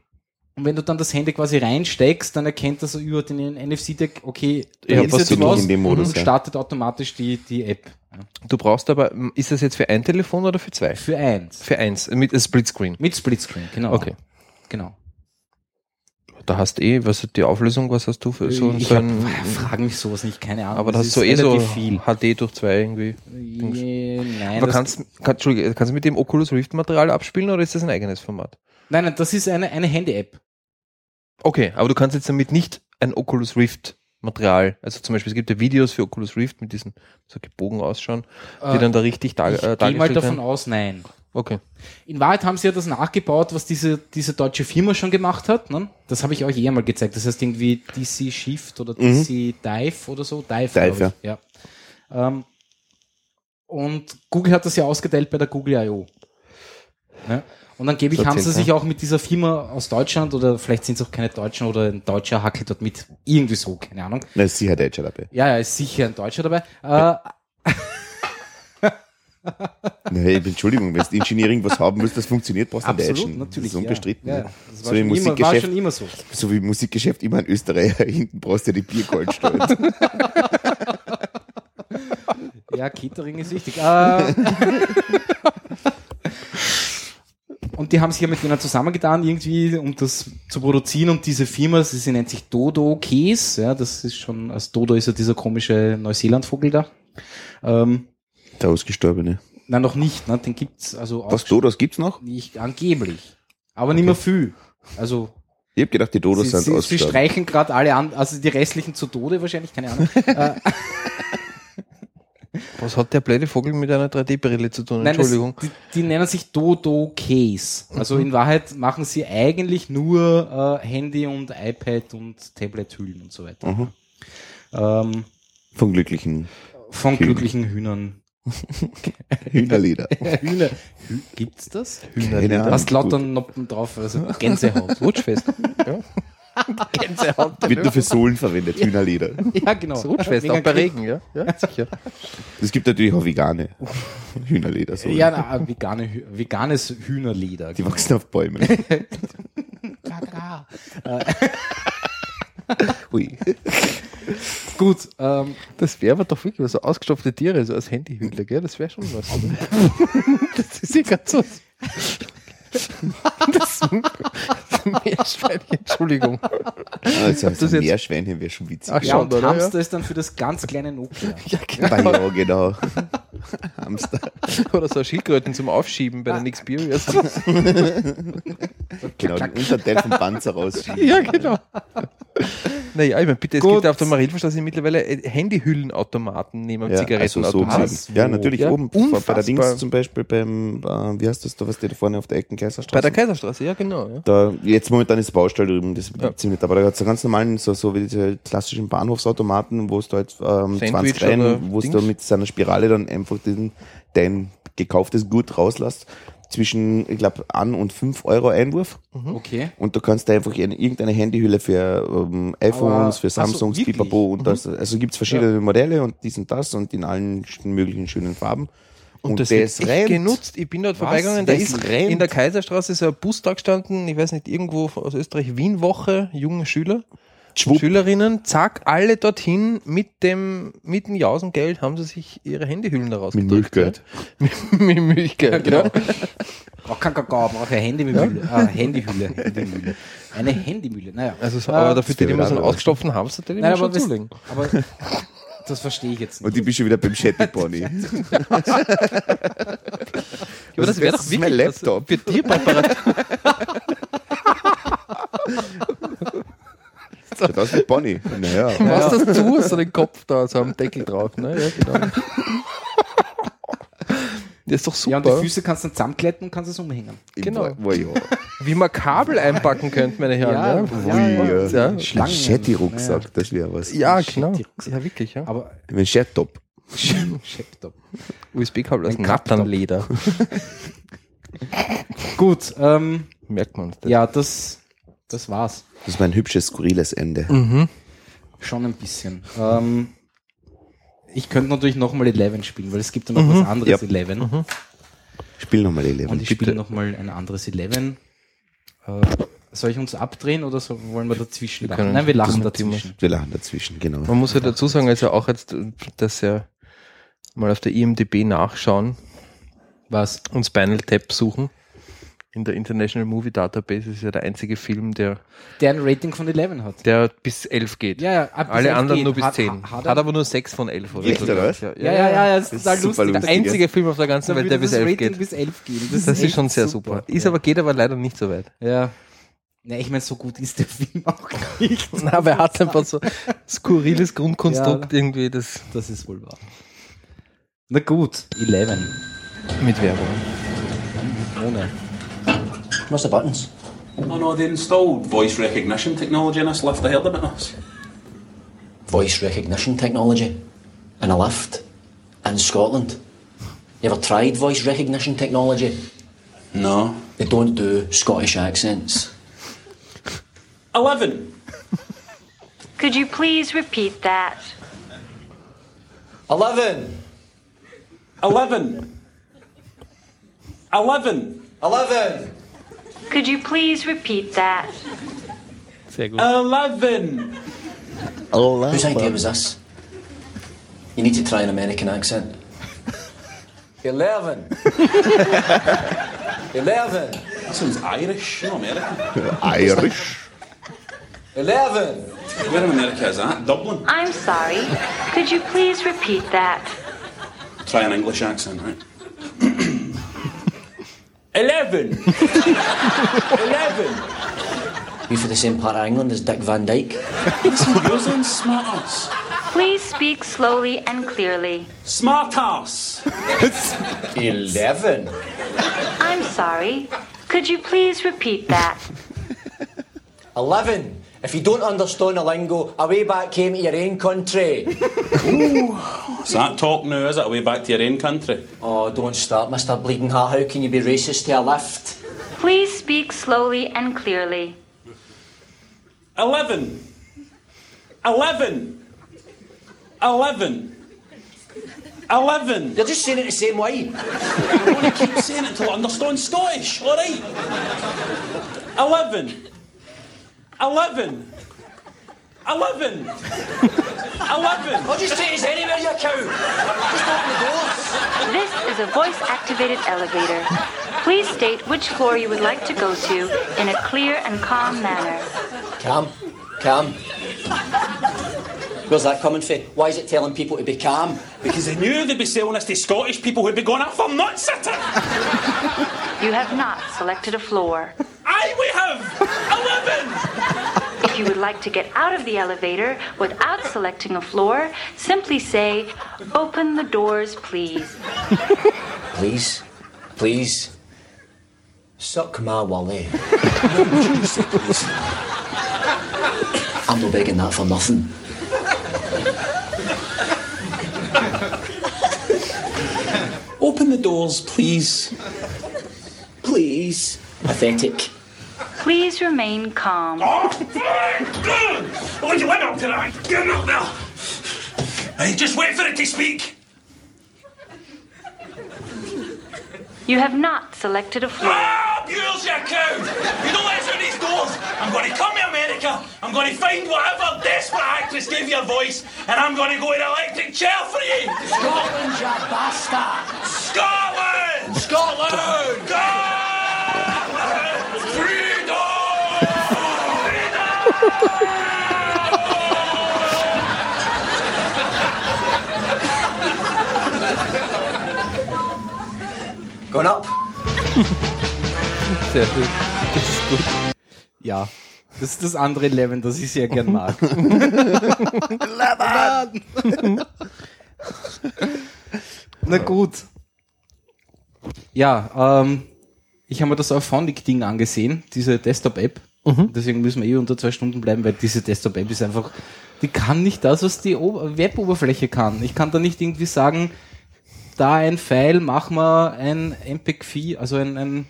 D: und wenn du dann das Handy quasi reinsteckst, dann erkennt das über den NFC-Tag, okay, da
G: Ja,
D: ist
G: was
D: jetzt
G: zu tun
D: was
F: in dem Modus,
D: und
F: ja.
D: startet automatisch die, die App. Ja.
G: Du brauchst aber, ist das jetzt für ein Telefon oder für zwei?
D: Für eins.
G: Für eins, mit äh, Splitscreen.
D: Mit Splitscreen, genau.
G: Okay.
D: Genau.
G: Da hast eh, was ist die Auflösung, was hast du für so,
D: ich
G: so
D: hab,
G: ein.
D: frag mich sowas nicht, keine Ahnung.
G: Aber das
D: das
G: hast so
D: ist
G: eh so
D: relativ viel.
G: HD durch 2 irgendwie.
D: Je, nein,
G: Aber
D: das-
G: kannst, kann, Entschuldige, kannst du mit dem Oculus Rift Material abspielen oder ist das ein eigenes Format?
D: nein, nein, das ist eine, eine Handy-App.
G: Okay, aber du kannst jetzt damit nicht ein Oculus Rift Material, also zum Beispiel es gibt ja Videos für Oculus Rift mit diesen so gebogen ausschauen, die
D: Äh,
G: dann da richtig dar,
D: Ich
G: äh,
D: gehe mal
G: dargestellt
D: davon
G: werden.
D: aus, nein.
G: Okay.
D: In Wahrheit haben sie ja das nachgebaut, was diese, diese deutsche Firma schon gemacht hat. Ne? Das habe ich euch eh einmal gezeigt. Das heißt irgendwie DC Shift oder DC Dive oder so. Dive, glaub
F: Mhm. Dive,
D: ich. ja. Ähm, und Google hat das ja ausgeteilt bei der Google I.O. Ne? Und angeblich
G: So
D: haben sie
G: erzählt,
D: sich auch mit dieser Firma aus Deutschland oder vielleicht sind es auch keine Deutschen oder ein Deutscher hackelt dort mit. Irgendwie so, keine Ahnung.
F: Na, sie hat Edge dabei.
D: Ja, ja, ist sicher ein Deutscher dabei. Äh,
F: Nee, Entschuldigung, wenn du Engineering was haben willst, das funktioniert, brauchst du nicht Edge.
D: Absolut, natürlich.
F: Das ist unbestritten.
D: Ja, ja.
F: ne?
D: Das war,
F: So wie im
D: schon immer, war
F: Musikgeschäft
D: schon immer so.
F: So wie im Musikgeschäft immer ein Österreicher. Hinten brauchst du ja die Biergoldstolz.
D: Ja, Catering ist wichtig. Äh, und die haben sich ja mit denen zusammengetan, irgendwie, um das zu produzieren. Und diese Firma, sie sie nennt sich Dodo Käse. Ja, das ist schon, als Dodo ist ja dieser komische Neuseelandvogel da. Ähm,
F: Der Ausgestorbene.
D: nein, noch nicht. Ne? Den gibt's also
F: Was, Dodos gibt's noch?
D: nicht angeblich. Aber nicht mehr viel. Also
F: Ich hab gedacht, die Dodos
D: sie,
F: sind
D: sie, sie
F: ausgestorben.
D: streichen gerade alle an, also die restlichen zu Tode wahrscheinlich, keine Ahnung. äh,
G: Was hat der blöde Vogel mit einer 3D-Brille zu tun?
D: Nein, das,
G: Entschuldigung. Mhm.
D: die, die nennen sich Dodo Case. Also in Wahrheit machen sie eigentlich nur äh, Handy und iPad und Tablet-Hüllen und so weiter.
F: Mhm.
D: Ähm,
F: Von glücklichen
D: von
F: Hühn.
D: glücklichen Hühnern.
F: Hühnerlieder.
D: Hühner. Hü Gibt's das?
F: Keine Ahnung.
D: Hast lauter
F: Gut.
D: Noppen drauf, also Gänsehaut.
G: Rutschfest. ja. Gänsehaut.
F: Wird nur für Sohlen verwendet, Hühnerleder.
D: ja, genau.
G: Das Rutschfest,
D: Mega
G: auch bei
D: Krieg.
G: Regen, ja? Ja, sicher.
F: Es gibt natürlich auch vegane Hühnerleder. Sohlen.
D: Ja, na, ah, vegane, Hü- veganes Hühnerleder.
F: Die wachsen auf Bäumen. Ah,
D: Kaka.
F: Hui.
D: Gut, ähm,
G: Das wäre aber doch wirklich so ausgestopfte Tiere, so als Handyhündler, gell? Das wäre schon was. das ist ja ganz so. Das Meerschweinchen, Entschuldigung.
F: Also,
G: das
F: also
G: jetzt-
F: Meerschweinchen wäre schon witzig.
G: Ach,
D: ja,
G: schon,
D: und
G: oder?
D: Hamster ist dann für das ganz kleine Nokia.
G: Ja, genau.
F: Ah, ja, genau. Hamster.
G: Oder so Schildkröten zum Aufschieben bei den Experience.
F: Genau, den Unterteil vom Panzer rausschieben.
G: ja, genau. Naja, ich meine, bitte, es
D: Gut.
G: gibt ja auf der Marilverstraße mittlerweile äh, Handyhüllenautomaten neben
F: Ja, also so
G: Zigarettenautomaten.
F: sieben's. ja, natürlich
G: Ja,
F: oben vor- bei
G: unfassbar.
F: der Dings zum Beispiel beim, äh, wie heißt das da, was der da vorne auf der Eckenkaiserstraße?
G: bei der Kaiserstraße, ja, genau. Ja.
F: da, jetzt momentan ist Baustelle drüben, das gibt's ja. nicht, aber da gibt's so ganz normalen, so, so wie diese klassischen Bahnhofsautomaten, wo es da jetzt ähm,
G: Sandwich
F: 20
G: oder
F: rein, wo es da
G: Dings?
F: mit seiner Spirale dann einfach den, dein gekauftes Gut rauslässt, zwischen, ich glaube, an und 5 Euro Einwurf.
G: Mhm.
D: Okay.
F: Und du kannst da einfach eine, irgendeine Handyhülle für ähm, iPhones,
D: Aber-
F: für
D: ach so,
F: Samsungs,
D: wirklich?
F: Pipapo und das.
G: Mhm.
F: Also gibt's verschiedene Modelle und dies und das und in allen sch- möglichen schönen Farben. Und,
G: wird
F: der ist
G: echt
F: rennt.
G: genutzt. Ich bin dort vorbeigegangen, da
F: Das
G: ist
F: rennt.
G: in der Kaiserstraße so ein Bus da gestanden, ich weiß nicht, irgendwo aus Österreich, Wienwoche, junge Schüler,
F: Schwupp.
G: Schülerinnen, zack, alle dorthin mit dem, mit dem Jausengeld haben sie sich ihre Handyhüllen daraus
F: Mit
G: gedrückt,
F: Milchgeld. genau.
G: Ja. mit Milchgeld, genau. ja.
D: Braucht kein Kakao, braucht eine Handymühle. Ah, Handymühle, Handymühle. Eine Handymühle, naja.
G: Also, so,
F: Ah,
G: aber dafür, die
F: wäre
G: immer so
F: dann
G: einen
F: was.
G: ausgestopften Hamster, den
D: Nein,
G: muss
D: aber,
G: schon
D: das,
G: zulegen.
D: aber das verstehe ich jetzt
F: Und
D: nicht.
F: ich bin schon wieder beim Shetty Pony.
G: Aber das wäre
F: das
G: doch
F: ist
G: wirklich
F: mein
G: was
F: Laptop.
G: für dir, Barbara.
F: das ist ein Pony. Naja.
G: Was das zu, so den Kopf da, so am Deckel drauf, ne? Ja, genau. Das ist doch
D: Ja, und die
G: super.
D: Füße kannst du dann zusammenkletten und kannst es umhängen.
G: Genau.
F: Im Wa- Wa- ja.
G: Wie man Kabel einpacken könnte, meine Herren. Ja,
F: Ui,
G: Ja.
F: ja.
D: Schlangen.
F: Shetty Rucksack, das wäre was.
G: ja. genau. Ja, wirklich, ja.
D: Aber
F: Ein Shetop.
D: Laptop.
G: USB-Kabel aus
D: Ein Kaptop.
G: Nattanleder.
D: Gut, ähm,
G: Merkt man. Das.
D: ja, das, das war's.
F: Das war ein hübsches, skurriles Ende.
G: Mhm.
D: Schon ein bisschen. Ähm, ich könnte natürlich nochmal Eleven spielen, weil es gibt ja noch
G: Mhm.
D: was anderes
F: Ja.
D: Eleven.
F: Spiel nochmal
D: Und
F: 11.
D: ich spiele nochmal ein anderes Eleven. Äh, soll ich uns abdrehen oder so, wollen wir dazwischen lachen?
G: können-
D: Nein, wir
G: das
D: lachen
G: mit dem-
D: dazwischen.
F: Wir lachen dazwischen, genau.
G: Man muss ja dazu sagen, also auch jetzt, dass er mal auf der IMDB nachschauen
D: Was?
G: und Spinal Tap suchen. in der International Movie Database ist ja der einzige Film, der,
D: Der ein Rating von 11 hat.
G: der bis 11 geht.
D: Ja, ja, ab bis
G: Alle
D: 11
G: anderen
D: geht.
G: nur bis
D: Hat-
G: 10.
D: hat-
G: Hat,
D: hat er-
G: aber nur 6 von 11 oder
F: Echt,
G: so.
F: oder was?
G: Ja,
D: Ja, ja, ja, das ist
F: Das
D: total
F: ist super
D: lustig.
G: Der
F: lustig.
G: einzige Film auf der ganzen Welt, der bis 11
D: Rating
G: geht.
D: bis 11 gehen.
G: Das, ist
D: echt
G: schon sehr super. Ist
D: ja.
G: aber, geht aber leider nicht so weit.
D: Ja. Na, ich meine, so gut ist der Film auch nicht.
G: Aber er hat einfach so skurriles Grundkonstrukt irgendwie, das
D: Das ist wohl wahr. Na gut, 11.
G: mit Werbung.
D: Ohne.
H: What's the buttons?
I: Oh no, they installed voice recognition technology in us lift. I heard about this.
H: Voice recognition technology. In a lift. In Scotland. You ever tried voice recognition technology?
I: No.
H: They don't do Scottish accents.
I: Eleven.
J: Could you please repeat that?
H: 11!
I: Eleven. Eleven.
H: 11!
J: Could you please repeat that?
I: Eleven.
H: Whose idea was this? You need to try an American accent. 11! 11!
I: That sounds Irish, not American.
F: Irish.
H: 11!
I: Where in America is that? Dublin.
J: I'm sorry. Could you please repeat that?
I: Try an English accent, right? Eleven. Eleven.
H: You for the same part of England as Dick Van Dyke?
I: Yours in smart ass.
J: Please speak slowly and clearly.
I: Smart ass.
H: 11!
J: I'm sorry. Could you please repeat that?
H: 11! If you don't understand the lingo, away back came to your own country.
I: What's that talk now? Is it away back to your own country?
H: Oh, don't start, Mr. Bleeding Heart. How can you be racist to a lift?
J: Please speak slowly and clearly.
I: Eleven. Eleven. Eleven. Eleven.
H: You're just saying it the same way.
I: I keep saying it till I understand Scottish, all right? Eleven. Eleven. Eleven. Eleven.
H: I'll just take us anywhere, you cow. Just open the doors.
J: This is a voice activated elevator. Please state which floor you would like to go to in a clear and calm manner.
H: Calm, calm. Where's that coming from? Why is it telling people to be calm?
I: Because they knew they'd be selling us to Scottish people who'd be going off for nuts at it.
J: You have not selected a floor.
I: Aye, we have. Eleven.
J: If you would like to get out of the elevator without selecting a floor, simply say, Open the doors, please.
H: Please, please, suck my wally. I'm not begging that for nothing.
I: Open the doors, please.
H: Please. Pathetic.
J: Please remain calm.
I: Oh, oh you went up to that. Get up there. Hey, just wait for it to speak.
J: You have not selected a floor.
I: Ah, Buell's your cow! You don't let us out these doors! I'm going to come to America, I'm going to find whatever desperate actress gave you a voice, and I'm going to go in an electric chair for you!
H: Scotland, you bastard!
I: Scotland!
H: Scotland!
I: Scotland! Freedom! Freedom!
H: Going up.
G: Sehr gut. Das ist gut.
D: Ja. Das ist das andere 11, das ich sehr gern mag. Na gut. Ja, ähm, ich habe mir das Auphonic-Ding angesehen, diese Desktop-App. Deswegen müssen wir eh unter zwei Stunden bleiben, weil diese Desktop-App ist einfach, die kann nicht das, was die Ober- Web-Oberfläche kann. Ich kann da nicht irgendwie sagen, da ein File, mach mal ein MPEG-4, also ein, ein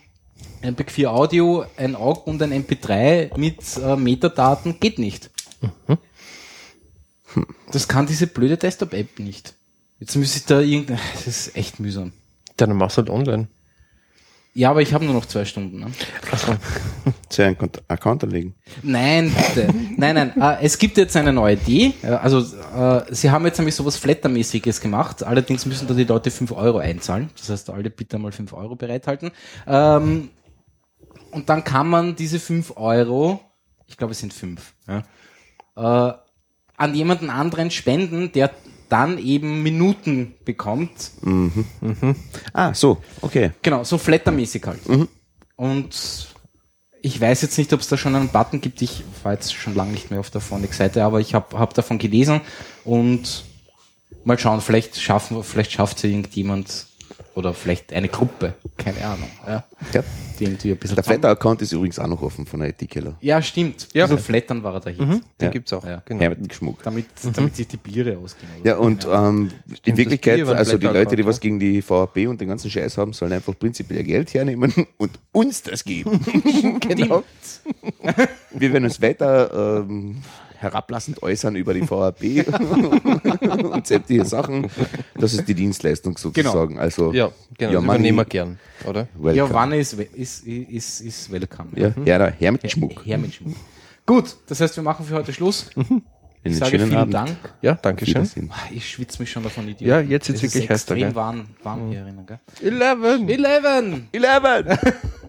D: MPEG-4 Audio, ein AUG und ein MP3 mit äh, Metadaten geht nicht. Hm. Das kann diese blöde Desktop-App nicht. Jetzt müsste ich da irgendein, das ist echt mühsam.
G: Dann machst du halt online.
D: Ja, aber ich habe nur noch zwei Stunden. Ne?
F: Zu einem Kont- Account anlegen.
D: Nein, bitte. nein, nein. Äh, es gibt jetzt eine neue Idee. Äh, Also, äh, sie haben jetzt nämlich sowas Flattermäßiges gemacht. Allerdings müssen da die Leute 5 Euro einzahlen. Das heißt, alle bitte mal 5 Euro bereithalten. Ähm, und dann kann man diese fünf Euro, ich glaube es sind fünf, ja, äh, an jemanden anderen spenden, der dann eben Minuten bekommt.
F: Mhm. Mhm. Ah, so, okay.
D: Genau, so flattermäßig halt. Mhm. Und ich weiß jetzt nicht, ob es da schon einen Button gibt. Ich war jetzt schon lange nicht mehr auf der Phonic-Seite, aber ich habe hab davon gelesen und mal schauen, vielleicht schaffen, vielleicht schafft es irgendjemand oder vielleicht eine Gruppe, keine Ahnung. Ja,
F: Ja.
D: die irgendwie ein bisschen
F: Der
D: zusammen-
F: Flatter-Account ist übrigens auch noch offen von der IT-Keller.
D: Ja, stimmt.
G: Ja.
D: Ja. So flattern war er dahinter.
G: Den
F: Ja.
G: gibt's auch.
D: Ja.
G: Genau.
F: Hermitengeschmuck.
D: Damit, damit sich die Biere ausgehen. oder
F: Ja, und ähm, in Wirklichkeit,
G: Bier war ein
F: also die
G: Flatter-Account,
F: Leute, die was
G: ja.
F: gegen die VHP und den ganzen Scheiß haben, sollen einfach prinzipiell Geld hernehmen und uns das geben. genau. Wir werden uns weiter ähm, herablassend äußern über die VHP und sämtliche Sachen. Das ist die Dienstleistung sozusagen. Also,
G: Ja, genau.
F: your
G: das übernehmen wir
F: money,
G: gern, oder?
F: welcome.
D: Ja, Wanne ist, we- ist, ist, ist welcome.
F: Ja, ja, da, her mit
D: Her,
F: Schmuck.
D: her mit Schmuck. Gut, das heißt, wir machen für heute Schluss. Ich
F: Einen
D: sage
F: schönen
D: vielen
F: Abend.
D: Dank.
G: Ja, danke schön.
F: Wiedersehen.
D: Ich schwitze mich schon davon, Idioten.
G: Ja, jetzt ist
D: Es
G: wirklich heiß da,
D: extrem
G: gell?
D: warm, warm hier drinnen, gell?
G: 11!
D: Eleven!
G: 11!